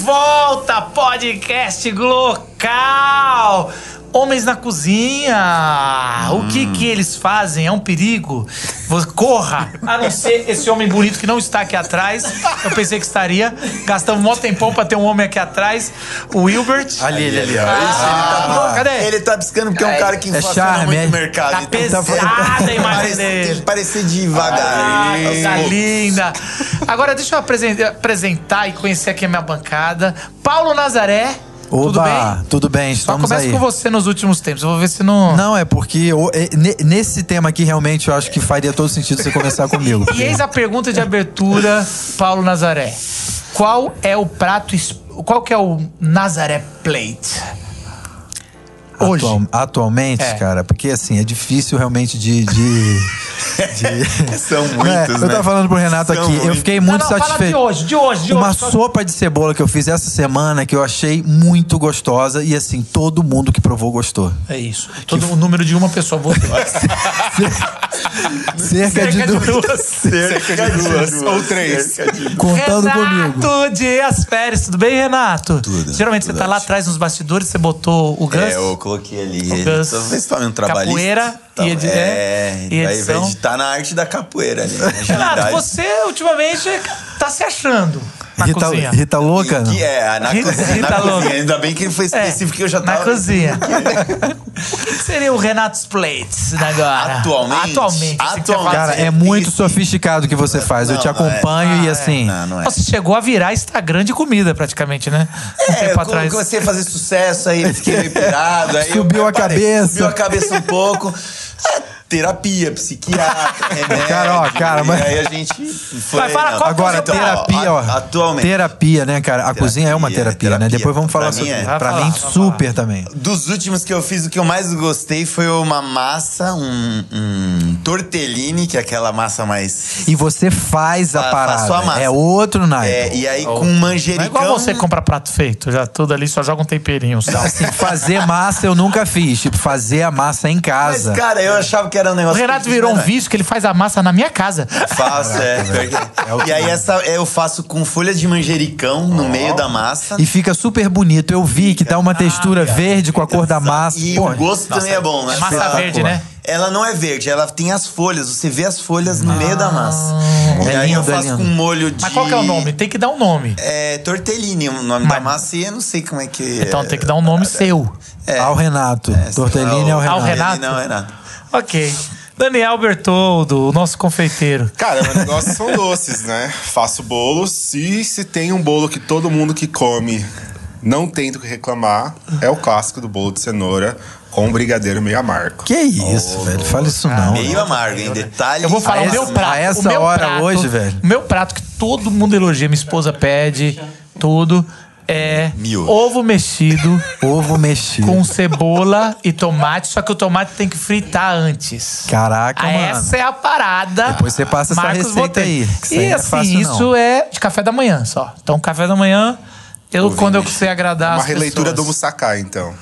volta, podcast Glocal! Homens na cozinha! O que que eles fazem? É um perigo? Vo- Corra! A não ser esse homem bonito que não está aqui atrás. Eu pensei que estaria. Gastamos mó tempão pra ter um homem aqui atrás. O Wilbert. Ali, ele ali, ó. Ah, cadê? Ele tá piscando porque é um cara que inflaciona charme, é? muito o mercado. Tá Ele tem- pesada a imagem Parece- Tem dele. que parecer devagar. Ah, coisa linda. Agora deixa eu apresen- apresentar e conhecer aqui a minha bancada. Paulo Nazaré, Oba, tudo bem? Tudo bem, Só estamos começa aí. com você nos últimos tempos. Eu vou ver se não. Não, é porque eu- é, ne- nesse tema aqui, realmente, eu acho que faria todo sentido você começar comigo. E eis a pergunta de abertura, Paulo Nazaré. Qual é o prato. es- Qual que é o Nazaré Plate? Hoje. Atual- atualmente, É. cara, porque assim, é difícil realmente de. de, de- São É, muitos, eu né? tava falando pro Renato São aqui, eu muitos. fiquei muito não, não, fala de satisfeito. hoje, de hoje, de Uma hoje. Só- sopa de cebola que eu fiz essa semana que eu achei muito gostosa e assim, todo mundo que provou gostou. É isso. Todo o número de uma pessoa. Vou... Cerca, É de duas. Cerca de duas ou três. Contando Renato comigo. Dias Pérez, tudo bem, Renato? Tudo, Geralmente tudo você tá lá ótimo. atrás nos bastidores, você botou o Gus. É, eu coloquei ali. Ele, Gus, talvez tome um trabalhista. capoeira e edi- é, e vai, vai edição. editar na arte da capoeira ali. na Renato, agilidade. você ultimamente tá se achando na Rita, cozinha. Rita louca? não? Que é, na, Rita- cozinha, na Rita cozinha. Lobo. Ainda bem que ele foi É, específico que eu já tava... Na cozinha. o que seria o Renato Plates agora? Atualmente? Atualmente. assim, que você Atualmente. Cara, fala- é muito sofisticado o que você faz. eu Não, te não é. acompanho Ah, e é. assim. Não, não é. Nossa, chegou a virar Instagram de comida praticamente, né? Um É, tempo eu atrás. comecei a fazer sucesso, aí eu fiquei meio pirado. Aí eu Subiu a parei, cabeça. Subiu a cabeça um pouco. É, terapia, psiquiatra, remédio. Cara, ó, cara, e mas- aí a gente foi... Mas fala qual que é o Agora, seu prato? terapia, ó. Então, a- Atualmente. Terapia, né, cara? A cozinha é uma terapia, né? terapia. Depois vamos falar Pra mim sobre é. Pra Vai falar, mim, vai super também. Dos últimos que eu fiz, o que eu mais gostei foi uma massa, um, um tortellini, que é aquela massa mais... E você faz a Fa- parada. faço a massa. É outro naipe. É, e aí com manjericão... Não é igual você que compra prato feito, já tudo ali, só joga um temperinho, sal. Assim, fazer massa eu nunca fiz. Tipo, fazer a massa em Mas, casa. cara, eu achava que era um O negócio... Renato difícil, virou um né? vício que ele faz a massa na minha casa. Faço, é. pior que- É o que e aí manda. essa é, eu faço com folha de manjericão no meio da massa. E fica super bonito. Eu vi que dá uma textura verde com a cor da massa. E Pô, o gosto também é bom, né? é massa Ela- verde, né? Ela não é verde, ela tem as folhas. Você vê as folhas no meio da massa. É e aí eu lindo, é faço lindo. com molho de... Mas qual que é o nome? Tem que dar um nome. É tortellini o nome da Mas- massa. E eu não sei como é que... Então tem que dar um nome seu. Ao Renato. Tortellini é ao o- Renato. Ao Renato. Não, Renato. Ok. Daniel Bertoldo, o nosso confeiteiro. é Cara, um meu negócio são doces, né? Faço bolos. E se tem um bolo que todo mundo que come não tem do que reclamar, é o clássico do bolo de cenoura com um brigadeiro meio amargo. Que isso, velho. Fala isso não. Meio amargo, em detalhe. Eu vou falar A o meu essa- prato. a essa o meu hora prato- hoje, velho? O meu prato que todo mundo elogia, minha esposa pede, tudo, é Miojo. ovo mexido Ovo mexido. com cebola e tomate, só que o tomate tem que fritar antes. Caraca, Ah, mano. Essa é a parada. Depois você passa essa receita aí, que isso aí E não é assim, fácil, não. isso é de café da manhã só. Então, café da manhã, eu, quando eu sei agradar Uma as releitura do pessoas. Moussaka, então.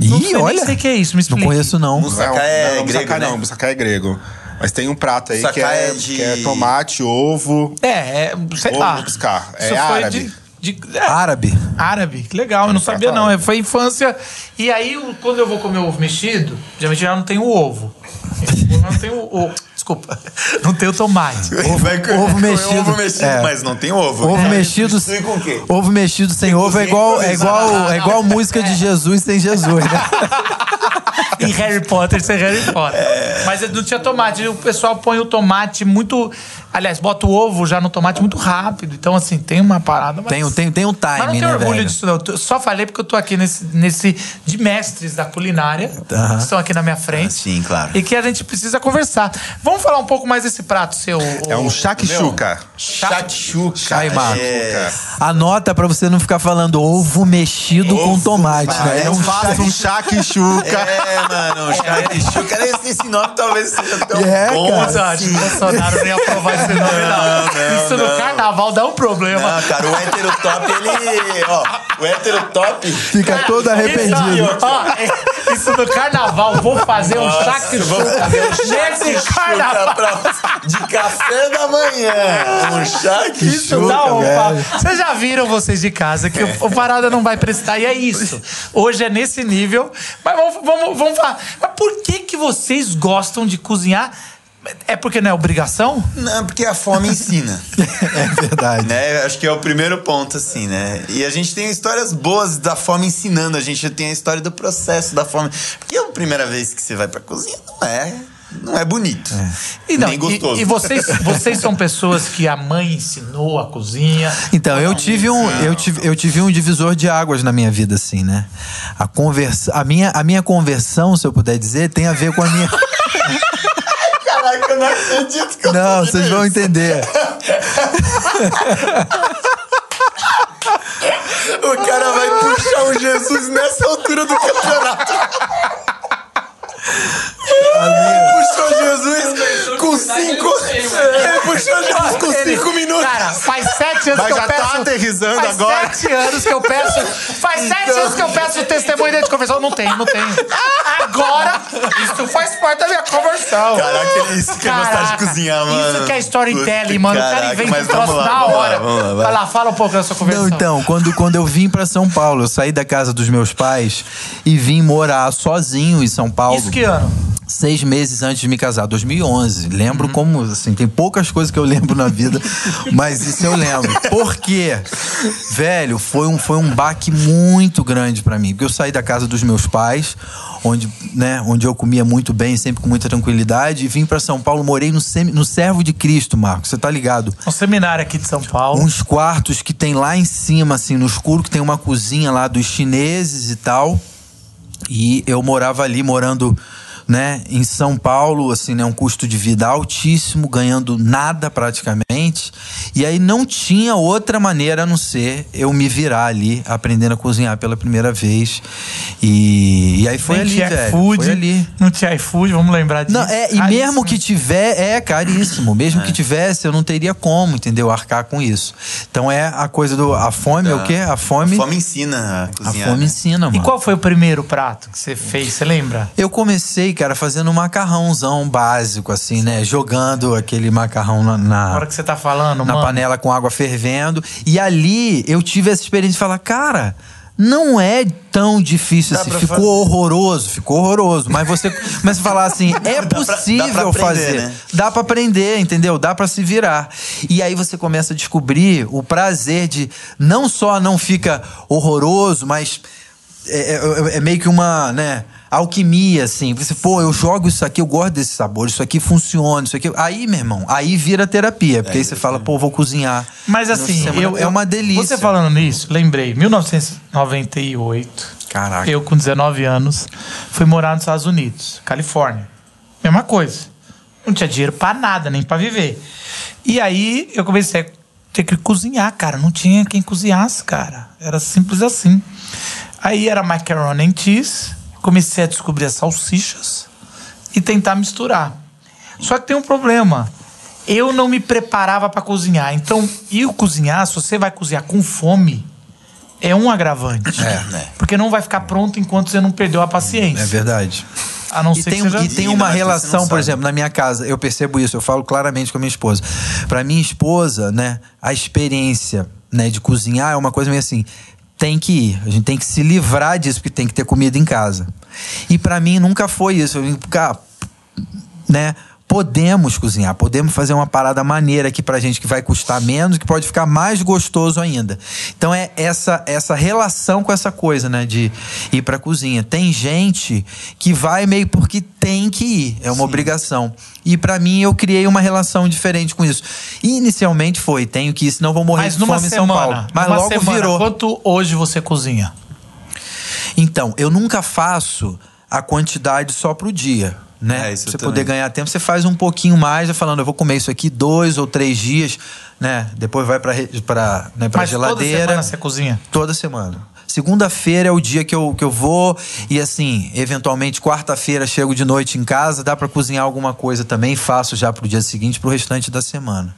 Não Ih, sei, nem olha. sei o que é isso, me Não explica. conheço, não. Moussaka Não, um, é não, moussaka grego, né? não, moussaka é grego. Mas tem um prato aí que Moussaka é, é de- que é tomate, ovo. É, é sei Vou lá. buscar. É Isso foi árabe. De, de- é, Árabe. árabe, que legal, eu não sabia não, é, foi infância. E aí, o- quando eu vou comer ovo mexido, geralmente já não tem o ovo. Eu não tem o, o- Desculpa, não tem o tomate. Ovo, vai com- ovo com mexido. Ovo mexido, É. mas não tem ovo. Ovo É. mexido. Substitui com o quê? Ovo mexido sem ovo é cozinha igual, é improvisada. igual, é igual música de Jesus sem Jesus, né? E Harry Potter sem Harry Potter. É. Mas não tinha tomate. O pessoal põe o tomate muito. Aliás, bota o ovo já no tomate muito rápido. Então, assim, tem uma parada. Mas... Tem, um- tem, tem um time, Mas não tenho né, orgulho velho? disso, não. Eu tô- Só falei porque eu tô aqui nesse, nesse de mestres da culinária, que estão aqui na minha frente. sim, claro. E que a gente precisa conversar. Vamos falar um pouco mais desse prato seu. É um shakshuka. Shakshuka. Aí, Marco. É. Anota pra você não ficar falando ovo mexido com tomate, né? É mexido. um Faça um shakshuka. Ah, É, mano, Shakshuka. Esse, esse nome talvez seja tão É, bom. cara. Mas, ó, acho que o Bolsonaro nem ia aprovar cenoura, não. não, Isso no não. carnaval dá um problema. Não, ah, cara, o hétero top, ele. Ó, o hétero top. Fica É. todo arrependido. Isso, ó, é- isso no carnaval, vou fazer um saque um Nesse carnaval. de café da manhã. Um chá que Isso dá um velho. papo. Vocês já viram vocês de casa que o, o Parada não vai prestar. E é isso. Hoje é nesse nível. Mas vamos, vamos, vamos falar. Mas por que, que vocês gostam de cozinhar? É porque não é obrigação? Não, porque a fome ensina. É verdade. né? Acho que é o primeiro ponto, assim, né? E a gente tem histórias boas da fome ensinando. A gente tem a história do processo da fome. Porque a primeira vez que você vai pra cozinha não é. Não é bonito. E, não, nem e- gostoso. E, vocês, vocês são pessoas que a mãe ensinou a cozinha. Então, eu tive um, eu tive, eu tive um divisor de águas na minha vida, assim, né? A, conversa, a, minha, a minha conversão, se eu puder dizer, tem a ver com a minha. Caraca, eu não acredito que eu Não, tô vocês vão entender. O cara vai puxar o Jesus nessa altura do campeonato. Puxou Jesus com cinco. É, Ele puxou Jesus com cinco minutos. Cara, faz sete anos Mas que eu já peço. tá aterrissando faz agora. sete anos que eu peço. Faz sete anos que eu peço o testemunho dentro de conversão. Não tem, não tem. Agora, isso faz parte da minha conversão. Caraca, isso que é gostar de cozinhar, mano. Isso que é storytelling, Puta, mano. o cara caraca, inventa um mas vamos troço lá, na vamos lá, hora. vamos lá, vai. vai lá, fala um pouco da sua conversão. Não, então, quando, quando eu vim pra São Paulo, eu saí da casa dos meus pais e vim morar sozinho em São Paulo. Isso que ano? Seis meses antes de me casar, 2011. Lembro como, assim, tem poucas coisas que eu lembro na vida, mas isso eu lembro. Por quê? Velho, foi um, foi um baque muito grande pra mim. Porque eu saí da casa dos meus pais, onde, né, onde eu comia muito bem, sempre com muita tranquilidade, e vim pra São Paulo, morei no, semi, no Servo de Cristo, Marcos, você tá ligado? Um seminário aqui de São Paulo. uns quartos que tem lá em cima, assim, no escuro, que tem uma cozinha lá dos chineses e tal. E eu morava ali, morando, né, em São Paulo, assim, né, um custo de vida altíssimo, ganhando nada praticamente. E aí não tinha outra maneira a não ser eu me virar ali, aprendendo a cozinhar pela primeira vez. E, e aí foi Nem ali, tinha velho. iFood. Foi ali. Não tinha iFood, vamos lembrar disso. Não, é, e Aí mesmo sim. que tiver, é caríssimo. Mesmo É. que tivesse, eu não teria como, entendeu? Arcar com isso. Então é a coisa do. A fome é o quê? A fome. Tá. A fome ensina a a cozinhar. fome né? ensina, mano. Ah. E qual foi o primeiro prato que você fez? Você lembra? Eu comecei, cara, fazendo um macarrãozão básico, assim, né? Jogando aquele macarrão na. na- Na hora que você tá falando, na mano. panela com água fervendo. E ali eu tive essa experiência de falar, cara. Não é tão difícil Dá assim. pra Ficou fazer. horroroso, ficou horroroso. Mas você começa a falar assim: é pra- dá pra possível aprender, fazer. né? Dá pra aprender, entendeu? Dá pra se virar. E aí você começa a descobrir o prazer de não só não fica horroroso, mas é, é- é meio que uma, né? Alquimia, assim. Você, pô, eu jogo isso aqui, eu gosto desse sabor, isso aqui funciona, isso aqui. Aí, meu irmão, aí vira terapia. Porque aí você fala, pô, vou cozinhar. É Mas assim, Nossa, eu, é uma delícia. Você falando nisso, lembrei, 1998. Caraca. Eu, com 19 anos, fui morar nos Estados Unidos, Califórnia. Mesma coisa. Não tinha dinheiro pra nada, nem pra viver. E aí eu comecei a ter que cozinhar, cara. Não tinha quem cozinhasse, cara. Era simples assim. Aí era macaroni and cheese. Comecei a descobrir as salsichas e tentar misturar. Só que tem um problema. Eu não me preparava pra cozinhar. Então, e o cozinhar, se você vai cozinhar com fome, é um agravante. né? Porque não vai ficar pronto enquanto você não perdeu a É paciência. verdade. a não E ser tem, um que seja... e tem Ainda uma mais que você relação, por não sabe. exemplo, na minha casa, eu percebo isso, eu falo claramente com a minha esposa. Pra minha esposa, né, a experiência, né, de cozinhar é uma coisa meio assim, tem que ir, a gente tem que se livrar disso porque tem que ter comida em casa. E pra mim nunca foi isso, eu, cara, né? Podemos cozinhar, podemos fazer uma parada maneira aqui pra gente que vai custar menos, que pode ficar mais gostoso ainda. Então é essa essa relação com essa coisa, né, de ir pra cozinha. Tem gente que vai meio porque tem que ir, é uma obrigação. E pra mim eu criei uma relação diferente com isso. Inicialmente foi, tenho que ir, senão vou morrer Mas de numa fome um em São Paulo. semana, Mas numa logo semana, virou. quanto hoje você cozinha? Então, eu nunca faço a quantidade só pro dia. Né? É, isso Pra eu você também. poder ganhar tempo, você faz um pouquinho mais, já falando, eu vou comer isso aqui dois ou três dias, né? Depois vai pra, re- pra, né, pra Mas geladeira. toda semana você cozinha? Toda semana. Segunda-feira é o dia que eu, que eu vou, e assim, eventualmente quarta-feira chego de noite em casa, dá para cozinhar alguma coisa também, faço já pro dia seguinte, pro restante da semana.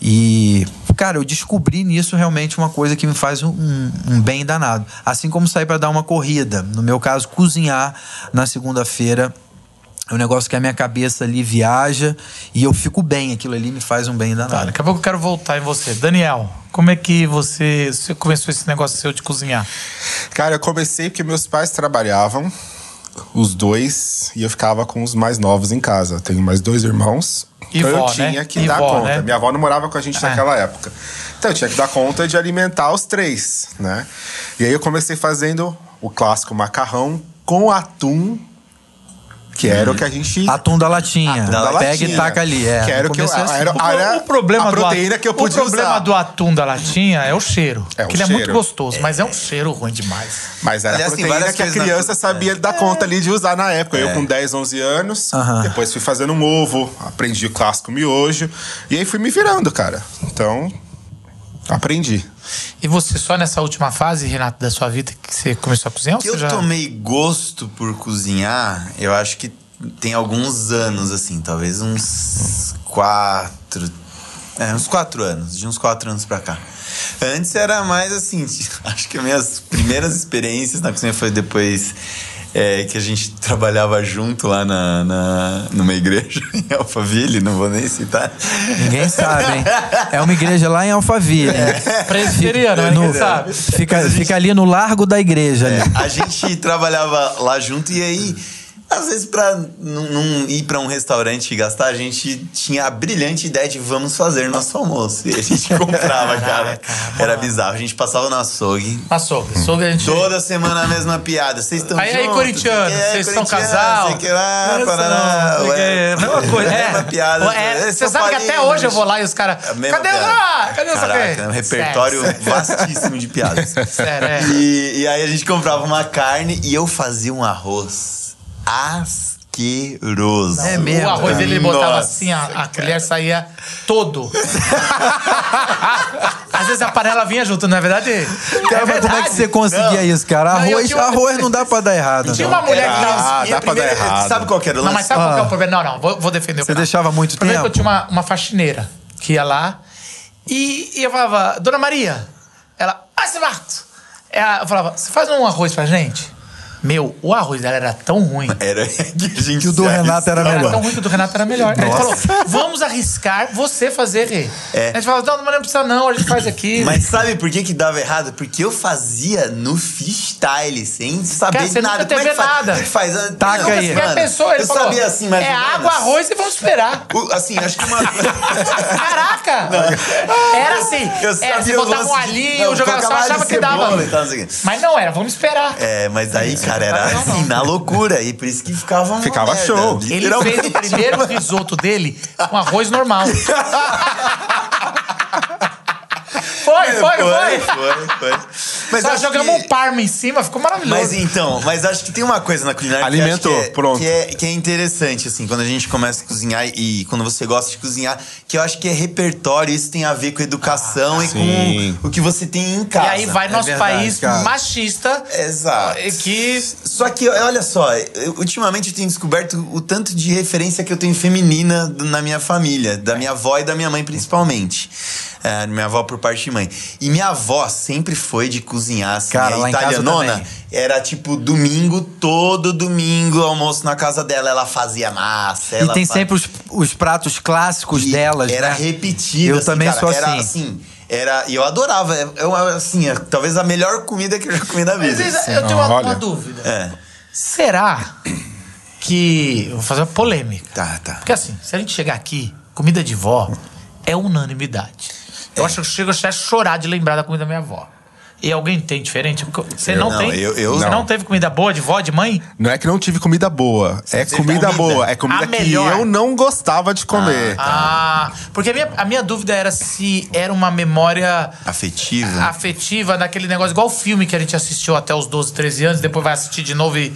E, cara, eu descobri nisso realmente uma coisa que me faz um, um- um bem danado. Assim como sair para dar uma corrida. No meu caso, cozinhar na segunda-feira é um negócio que a minha cabeça ali viaja e eu fico bem. Aquilo ali me faz um bem Tá, danado. daqui a pouco eu quero voltar em você. Daniel, como é que você, você começou esse negócio seu de cozinhar? Cara, eu comecei porque meus pais trabalhavam, os dois, e eu ficava com os mais novos em casa. Eu Tenho mais dois irmãos. E então vó, eu tinha né? que E dar vó, conta. né? É. Minha avó não morava com a gente naquela época. Então eu tinha que dar conta de alimentar os três, né? E aí eu comecei fazendo o clássico macarrão com atum, que era o que a Uhum. gente Atum da latinha. da Pega e latinha. taca ali. É. Quero que eu- Comecei assim. era- O, Olha o problema Ah, é? a proteína do, que eu pude O problema usar. do atum da latinha é o cheiro. É, o que ele é muito cheiro. gostoso, mas é um cheiro ruim demais. Mas era Aliás, tem proteína várias que a coisas na criança fruta, sabia dar conta ali de usar na época. Eu com 10, 11 anos, Aham. depois fui fazendo um ovo, aprendi o clássico miojo. E aí fui me virando, cara. Então, aprendi. E você, só nessa última fase, Renato, da sua vida, que você começou a cozinhar? que ou eu você já... tomei gosto por cozinhar, eu acho que tem alguns anos, assim, talvez uns quatro. É, uns quatro anos, de uns quatro anos pra cá. Antes era mais assim, acho que as minhas primeiras experiências na cozinha foi depois é, que a gente trabalhava junto lá na, na- numa igreja em Alphaville, não vou nem citar. Ninguém sabe, hein? É uma igreja lá em Alphaville. hein? Presbiteriana, É. né? No- ninguém sabe. Fica, fica ali no largo da igreja. né? ali. A gente trabalhava lá junto e aí, às vezes, pra n- não ir pra um restaurante e gastar, a gente tinha a brilhante ideia de vamos fazer nosso almoço. E a gente comprava, cara. Era bizarro. A gente passava no açougue. Ah, sobre, sobre a gente... Toda semana a mesma piada. Vocês estão Aí, juntos? aí, corintiano, sei que, vocês são corintiano, casal. sei que lá, Olha só, parará, sei que ué. é a mesma coisa. É. Mesma piada. É, Eles Você são sabe que até parentes. hoje eu vou lá e os caras. é A Cadê mesma o piada. lá? Cadê o Caraca, é um repertório vastíssimo de piadas. Sério, é. E, e aí a gente comprava uma carne e eu fazia um arroz asqueroso. É mesmo, O arroz cara. ele botava Nossa, assim, a, a colher saía todo. Às vezes a panela vinha junto, não é verdade? Cara, é mas como é que verdade. você conseguia isso, cara? Não, eu Arroz, tinha uma- arroz não dá pra dar errado. né? Tinha não. uma mulher que tava. Ah, E dá a pra dar primeira- errado. Sabe qual que era o Não, lance? mas sabe qual que é Ah. o problema? Não, não, vou, vou defender o Você Renato. deixava muito o problema tempo? É que eu tinha uma, uma faxineira que ia lá e, e eu falava, Dona Maria, ela, ah, seu Marcos! Ela, eu falava, você faz um arroz pra gente? Meu, o arroz dela era tão ruim. Era que a gente Que o do se Renato era arriscava. Era melhor. tão ruim que o do Renato era melhor. Aí Ele falou, Nossa. vamos arriscar você fazer rê. É. A gente falava, não, mas não precisa não, a gente faz aqui. Mas sabe por que que dava errado? Porque eu fazia no freestyle, sem saber Cara, você nada. nunca Como é teve que faz? nada. Como é que faz? Ah, Taca não, aí. E a mano, pessoa, ele eu falou, sabia assim, mas... é água, arroz e vamos esperar. Assim, acho que uma... Caraca! Era assim. Eu era, você sabia o botava lance um de- alhinho, não, jogava só, colocava alho, achava que cebola dava. e tal, não sei o quê. Mas não era, vamos esperar. É, mas aí, cara, era Ah, Não, não. assim, na loucura. E por isso que ficava uma Ficava merda, show. Ele literalmente. fez o primeiro risoto dele com arroz normal. Foi, foi, Foi, foi. foi, foi. é, Mas Só acho jogamos que- um parma em cima, ficou maravilhoso. Mas então, mas acho que tem uma coisa na culinária Alimentou, que, acho que, é, pronto. que é que é interessante assim, quando a gente começa a cozinhar e quando você gosta de cozinhar, que eu acho que é repertório, isso tem a ver com educação e sim. com o que você tem em e casa. aí vai nosso verdade, país cara. machista Exato. eh, que Só que, olha só, eu- ultimamente eu tenho descoberto o tanto de referência que eu tenho feminina do- na minha família, da minha avó e da minha mãe principalmente. É, minha avó por parte de mãe. E minha avó sempre foi de cozinhar, assim, Cara, a lá em casa italianona. também. Era tipo domingo, todo domingo, almoço na casa dela, ela fazia massa. E ela tem fa- sempre os, os pratos clássicos e delas, Era né? repetida. Eu assim, também cara, sou era assim. Era, e eu adorava. Eu, assim, é, talvez a melhor comida que eu já comi na Mas vida. isso- é eu tenho uma, olha. uma dúvida. É. Será que. eu Vou fazer uma polêmica. Tá, tá. Porque assim, se a gente chegar aqui, comida de vó é unanimidade. Eu acho que eu chego a chorar de lembrar da comida da minha avó. E alguém tem diferente? Porque Você não, não, tem? eu- eu você não. não. teve comida boa de vó, de mãe? Não é que não tive comida boa. é teve comida, comida. boa. É comida A que melhor. eu não gostava de comer. Então. Ah, porque a minha, a minha dúvida era se era uma memória Afetiva. né? afetiva daquele negócio, igual o filme que a gente assistiu até os 12, 13 anos, depois vai assistir de novo e.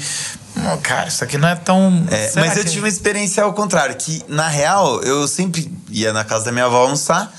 "Hum, Cara, isso aqui não é tão. É, Será mas eu que- tive uma experiência ao contrário, que na real eu sempre ia na casa da minha avó almoçar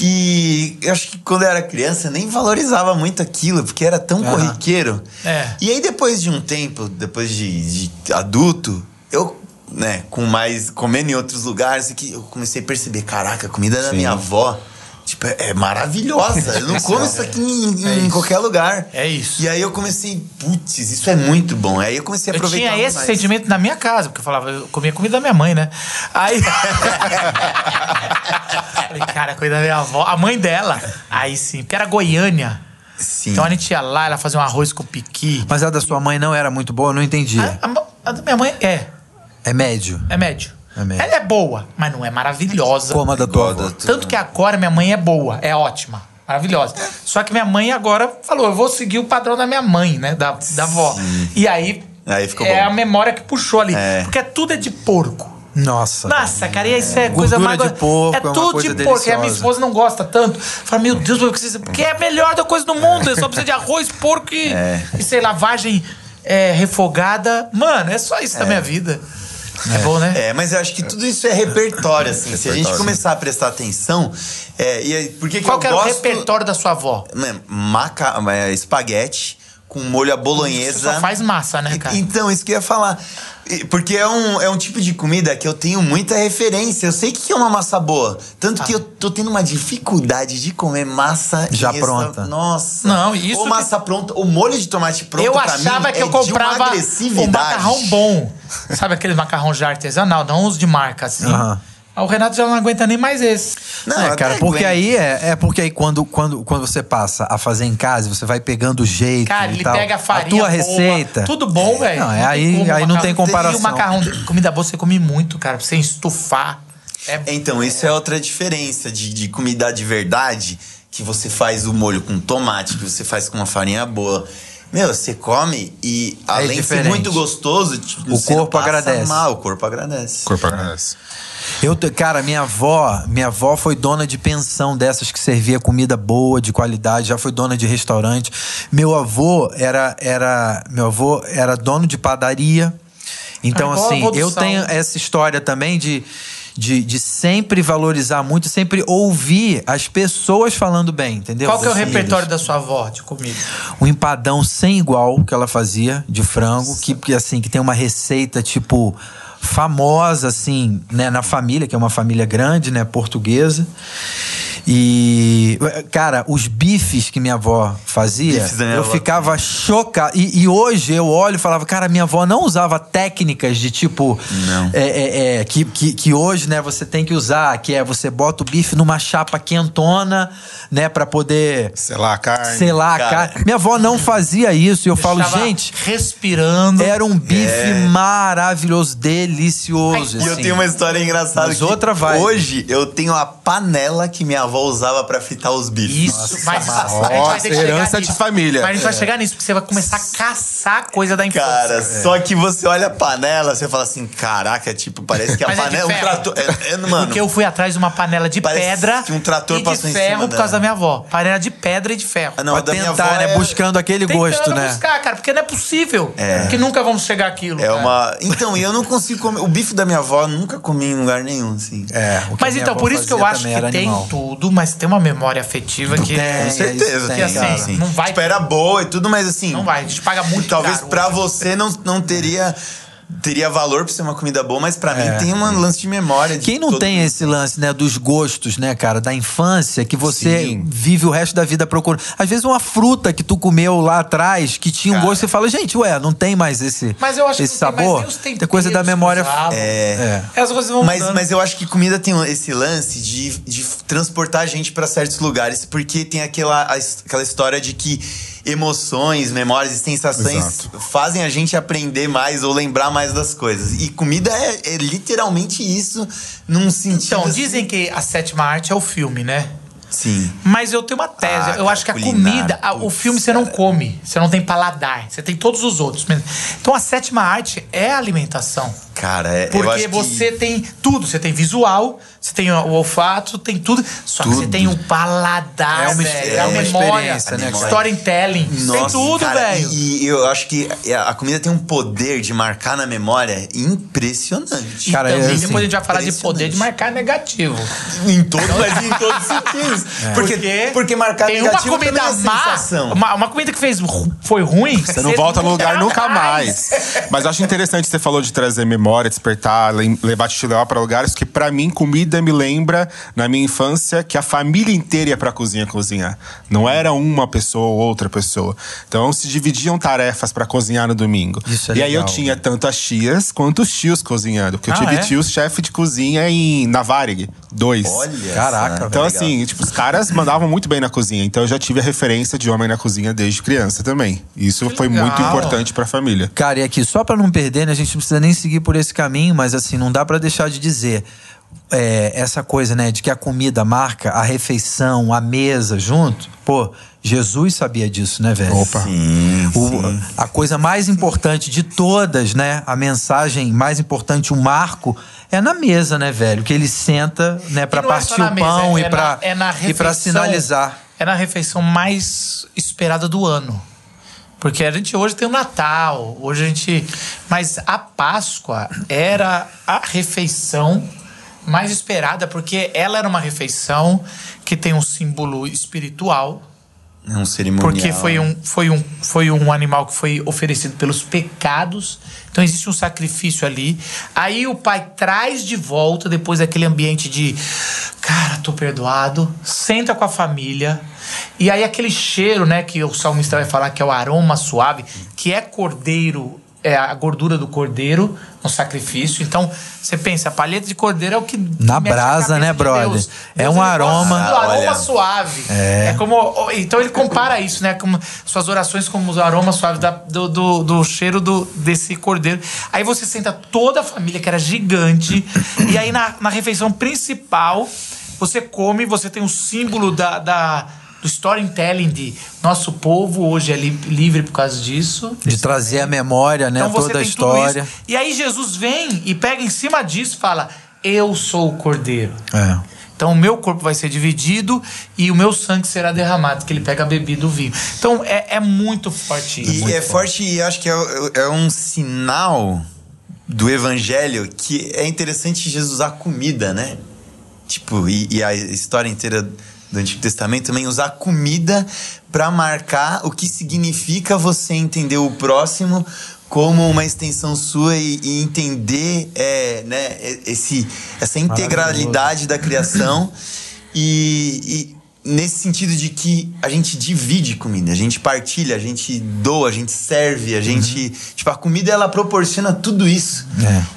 E eu acho que quando eu era criança nem valorizava muito aquilo, porque era tão corriqueiro. É. E aí depois de um tempo, depois de, de adulto, eu, né, com mais comendo em outros lugares, e que eu comecei a perceber, caraca, a comida da minha avó, tipo, é, é maravilhosa. Eu não como isso aqui em, em qualquer lugar. É isso. E aí eu comecei, putz, isso é muito bom. Aí eu comecei a Eu aproveitar tinha esse mais. sentimento na minha casa, porque eu falava, eu comia comida da minha mãe, né? Aí. Falei, cara, comida da minha avó. A mãe dela. Aí sim, porque era Goiânia. Sim. Então a gente ia lá, ela fazia um arroz com piqui. Mas a da sua mãe não era muito boa, eu não entendi. Ah? É. A, a- a da minha mãe é, É médio. é médio. É médio. Ela é boa, mas não é maravilhosa. Como a da tua Igual avó. da tua- Tanto que agora minha mãe é boa, é ótima, maravilhosa. Só que minha mãe agora falou, eu vou seguir o padrão da minha mãe, né? Da, da avó. E aí, Aí ficou é bom. a memória que puxou ali. É. Porque tudo é de porco. Nossa. Nossa, cara, e isso é coisa Gordura mais... go- de porco, é é uma tudo coisa de porco. E a minha deliciosa. esposa não gosta tanto. Fala, meu Deus, porque, vocês... porque é a melhor da coisa do mundo. Eu só preciso de arroz, porco e, É. e sei, lavagem é, refogada. Mano, é só isso da minha vida. É, bom, né? É, mas eu acho que tudo isso é repertório, assim. Se a gente Repertório. começar a prestar atenção. É, e aí, por que, que Qual eu que era o gosto. repertório da sua avó? Né, maca, é, espaguete com molho à Você bolonhesa. só faz massa, né, E- cara? Então, isso que eu ia falar. E- Porque é um, é um tipo de comida que eu tenho muita referência. Eu sei o que que é uma massa boa. Tanto Ah. que eu tô tendo uma dificuldade de comer massa em Já resta- pronta. Nossa. Não, isso Ou que- massa pronta, o molho de tomate pronto. eu pra achava mim, que é eu de uma comprava um agressividade. macarrão bom. Sabe aquele macarrão já artesanal, não os de marca, assim. Aham. Ah, O Renato já não aguenta nem mais esse. Não, é, até cara, porque aguento. aí é, é porque aí quando, quando, quando você passa a fazer em casa, você vai pegando o jeito. Cara, e ele tal. pega a farinha. boa, tua receita. Tudo bom, velho. Não, é tem aí- como, aí não tem E comparação. o macarrão, comida boa, você come muito, cara, pra você estufar. É Então, isso é outra diferença de, de comida de verdade, que você faz o molho com tomate, que você faz com uma farinha boa. Meu, você come e além de ser diferente. muito gostoso, tipo, O você não corpo passa agradece. Mal, o corpo agradece. Corpo agradece. Eu, te- cara, minha avó, minha avó foi dona de pensão dessas que servia comida boa, de qualidade, já foi dona de restaurante. Meu avô era era meu avô era dono de padaria. Então Ah, igual assim, avô do eu Saulo. tenho essa história também de de, de sempre valorizar muito, sempre ouvir as pessoas falando bem, entendeu? Qual que é o Assim, repertório da sua avó de comida? um empadão sem igual que ela fazia de frango, que que, assim, que tem uma receita tipo famosa assim, né, na família, que é uma família grande, né, portuguesa. E cara, os bifes que minha avó fazia, Bifes da minha eu avó. ficava chocado. E, e hoje eu olho e falava, cara, minha avó não usava técnicas de tipo Não. é, é, é, que, que, que hoje, né, você tem que usar, que é você bota o bife numa chapa quentona, né, para poder Sei lá, carne. sei lá, Cara. cara. Minha avó não fazia isso. E eu falo, Deixava gente, Respirando. era um bife maravilhoso, delicioso. E eu assim. tenho uma história engraçada. Mas que outra vai. Hoje eu tenho a panela que minha avó usava pra fritar os bifes. Isso, mas a gente vai Nossa, ter que chegar herança nisso. de família. Mas a É. gente vai chegar nisso, porque você vai começar a caçar coisa da infância. Cara, só que você olha a panela, você fala assim: caraca, tipo, parece que a Mas é de panela é um ferro. trator. É, é, mano, Porque eu fui atrás de uma panela de Parece pedra que um trator e de passou em ferro cima por causa dela. da minha avó. Panela de pedra e de ferro. Ah, não, a pra da minha tentar, avó né? é- Buscando aquele Tentando gosto, né? buscar, cara, porque não é possível que nunca vamos chegar àquilo. É cara. uma. Então, e eu não consigo comer. O bife da minha avó eu nunca comi em lugar nenhum, assim. É, o que Mas minha então, avó por isso que eu fazia acho também que era tem animal. tudo, mas tem uma memória afetiva que. Tem. Com certeza, isso tem, tem, cara. assim, não vai- Tipo, era boa e tudo, mas assim. Não vai, a gente paga muito Talvez caro. pra você não, não teria. Teria valor pra ser uma comida boa, mas pra É. mim tem um lance de memória. De Quem não todo- tem esse lance, né, dos gostos, né, cara, da infância, que você Sim. vive o resto da vida procurando. Às vezes uma fruta que tu comeu lá atrás, que tinha um Cara. gosto, você fala, gente, ué, não tem mais esse, Mas eu acho que esse não tem mais sabor. nem os tem coisa da temperos memória. que usavam. É. As coisas vão Mas, mudando. mas eu acho que comida tem esse lance de, de transportar a gente pra certos lugares, porque tem aquela, a his- aquela história de que emoções, memórias e sensações Exato. fazem a gente aprender mais ou lembrar mais das coisas. E comida é, é literalmente isso num sentido. Então, assim- dizem que a sétima arte é o filme, né? Sim. Mas eu tenho uma tese. Ah, eu acho que a cara, culinária, comida, a- o putz, filme você não cara. come, você não tem paladar, você tem todos os outros. Então a sétima arte é a é alimentação. Cara, é, eu Porque acho você tem tudo. Você tem visual, você tem o olfato, tem tudo. Só que você Tudo. tem um paladar, É uma velho, experiência, é é uma uma memória, experiência, né, cara? storytelling. que... tem tudo, cara, velho. E eu acho que a a comida tem um poder de marcar na memória impressionante. Cara, Também é assim, Então, depois a gente vai falar de impressionante. poder de marcar negativo. Em todo, mas em todos os sentidos. Porque, porque marcar É. tem uma negativo comida também é má, sensação. uma, uma comida que fez ru- foi ruim. Você não volta no lugar nunca mais. Mas eu acho interessante você falou de trazer memória, despertar, lem- levar Tichileó pra lugares que pra mim comida me lembra na minha infância que a família inteira ia pra cozinha cozinhar. Não era uma pessoa ou outra pessoa. Então se dividiam tarefas pra cozinhar no domingo. Isso é e aí eu legal, tinha tanto as tias quanto os tios cozinhando, porque eu Ah, tive é? tios chefe de cozinha em na Varig, dois. Olha Caraca, essa, Então, legal. assim, tipo, os caras mandavam muito bem na cozinha. Então, eu já tive a referência de homem na cozinha desde criança também. Isso foi legal. muito importante pra família. Cara, e aqui, só pra não perder, né, a gente não precisa nem seguir por esse caminho, mas assim, não dá pra deixar de dizer. é, essa coisa, né, de que a comida marca a refeição, a mesa junto. Pô, Jesus sabia disso, né, velho? Opa. Sim, O- sim. a coisa mais importante de todas, né? A mensagem mais importante, o marco, é na mesa, né, velho? Que ele senta, né, pra E não é só partir na o pão mesa, e pra é na, é na e para refeição- sinalizar. É na refeição mais esperada do ano. Porque a gente hoje tem o Natal, hoje a gente. Mas a Páscoa era a refeição mais esperada, porque ela era uma refeição que tem um símbolo espiritual. É um cerimonial. Porque foi um, foi, um, foi um animal que foi oferecido pelos pecados. Então existe um sacrifício ali. Aí o pai traz de volta, depois daquele ambiente de cara, tô perdoado. Senta com a família. E aí aquele cheiro, né, que o salmista vai falar que é o aroma suave, que é cordeiro, é a gordura do cordeiro no sacrifício. Então, você pensa, a palheta de cordeiro é o que. Na mexe com a brasa, cabeça de né, brother? Deus. É Deus, ele um gosta aroma. do Ah, aroma Olha. suave. É. como. Então ele compara isso, né? Como suas orações como os aromas suaves da- do, do, do cheiro do, desse cordeiro. Aí você senta toda a família, que era gigante, e aí na, na refeição principal você come, você tem o símbolo da. da- do storytelling de nosso povo hoje é li- livre por causa disso. De trazer a memória, né? Então você toda a tem tudo isso. história. E aí Jesus vem e pega em cima disso e fala: Eu sou o cordeiro. É. Então o meu corpo vai ser dividido e o meu sangue será derramado, que ele pega a bebida do vinho. Então é, é muito forte isso. E é forte e acho que é, é um sinal do evangelho que é interessante Jesus usar comida, né? Tipo, e, e a história inteira do Antigo Testamento também usar comida pra marcar o que significa você entender o próximo como uma extensão sua e, e entender é, né, e- esse, essa integralidade da criação. E, e nesse sentido de que a gente divide comida, a gente partilha, a gente doa, a gente serve, a gente. Uhum. Tipo, a comida ela proporciona tudo isso.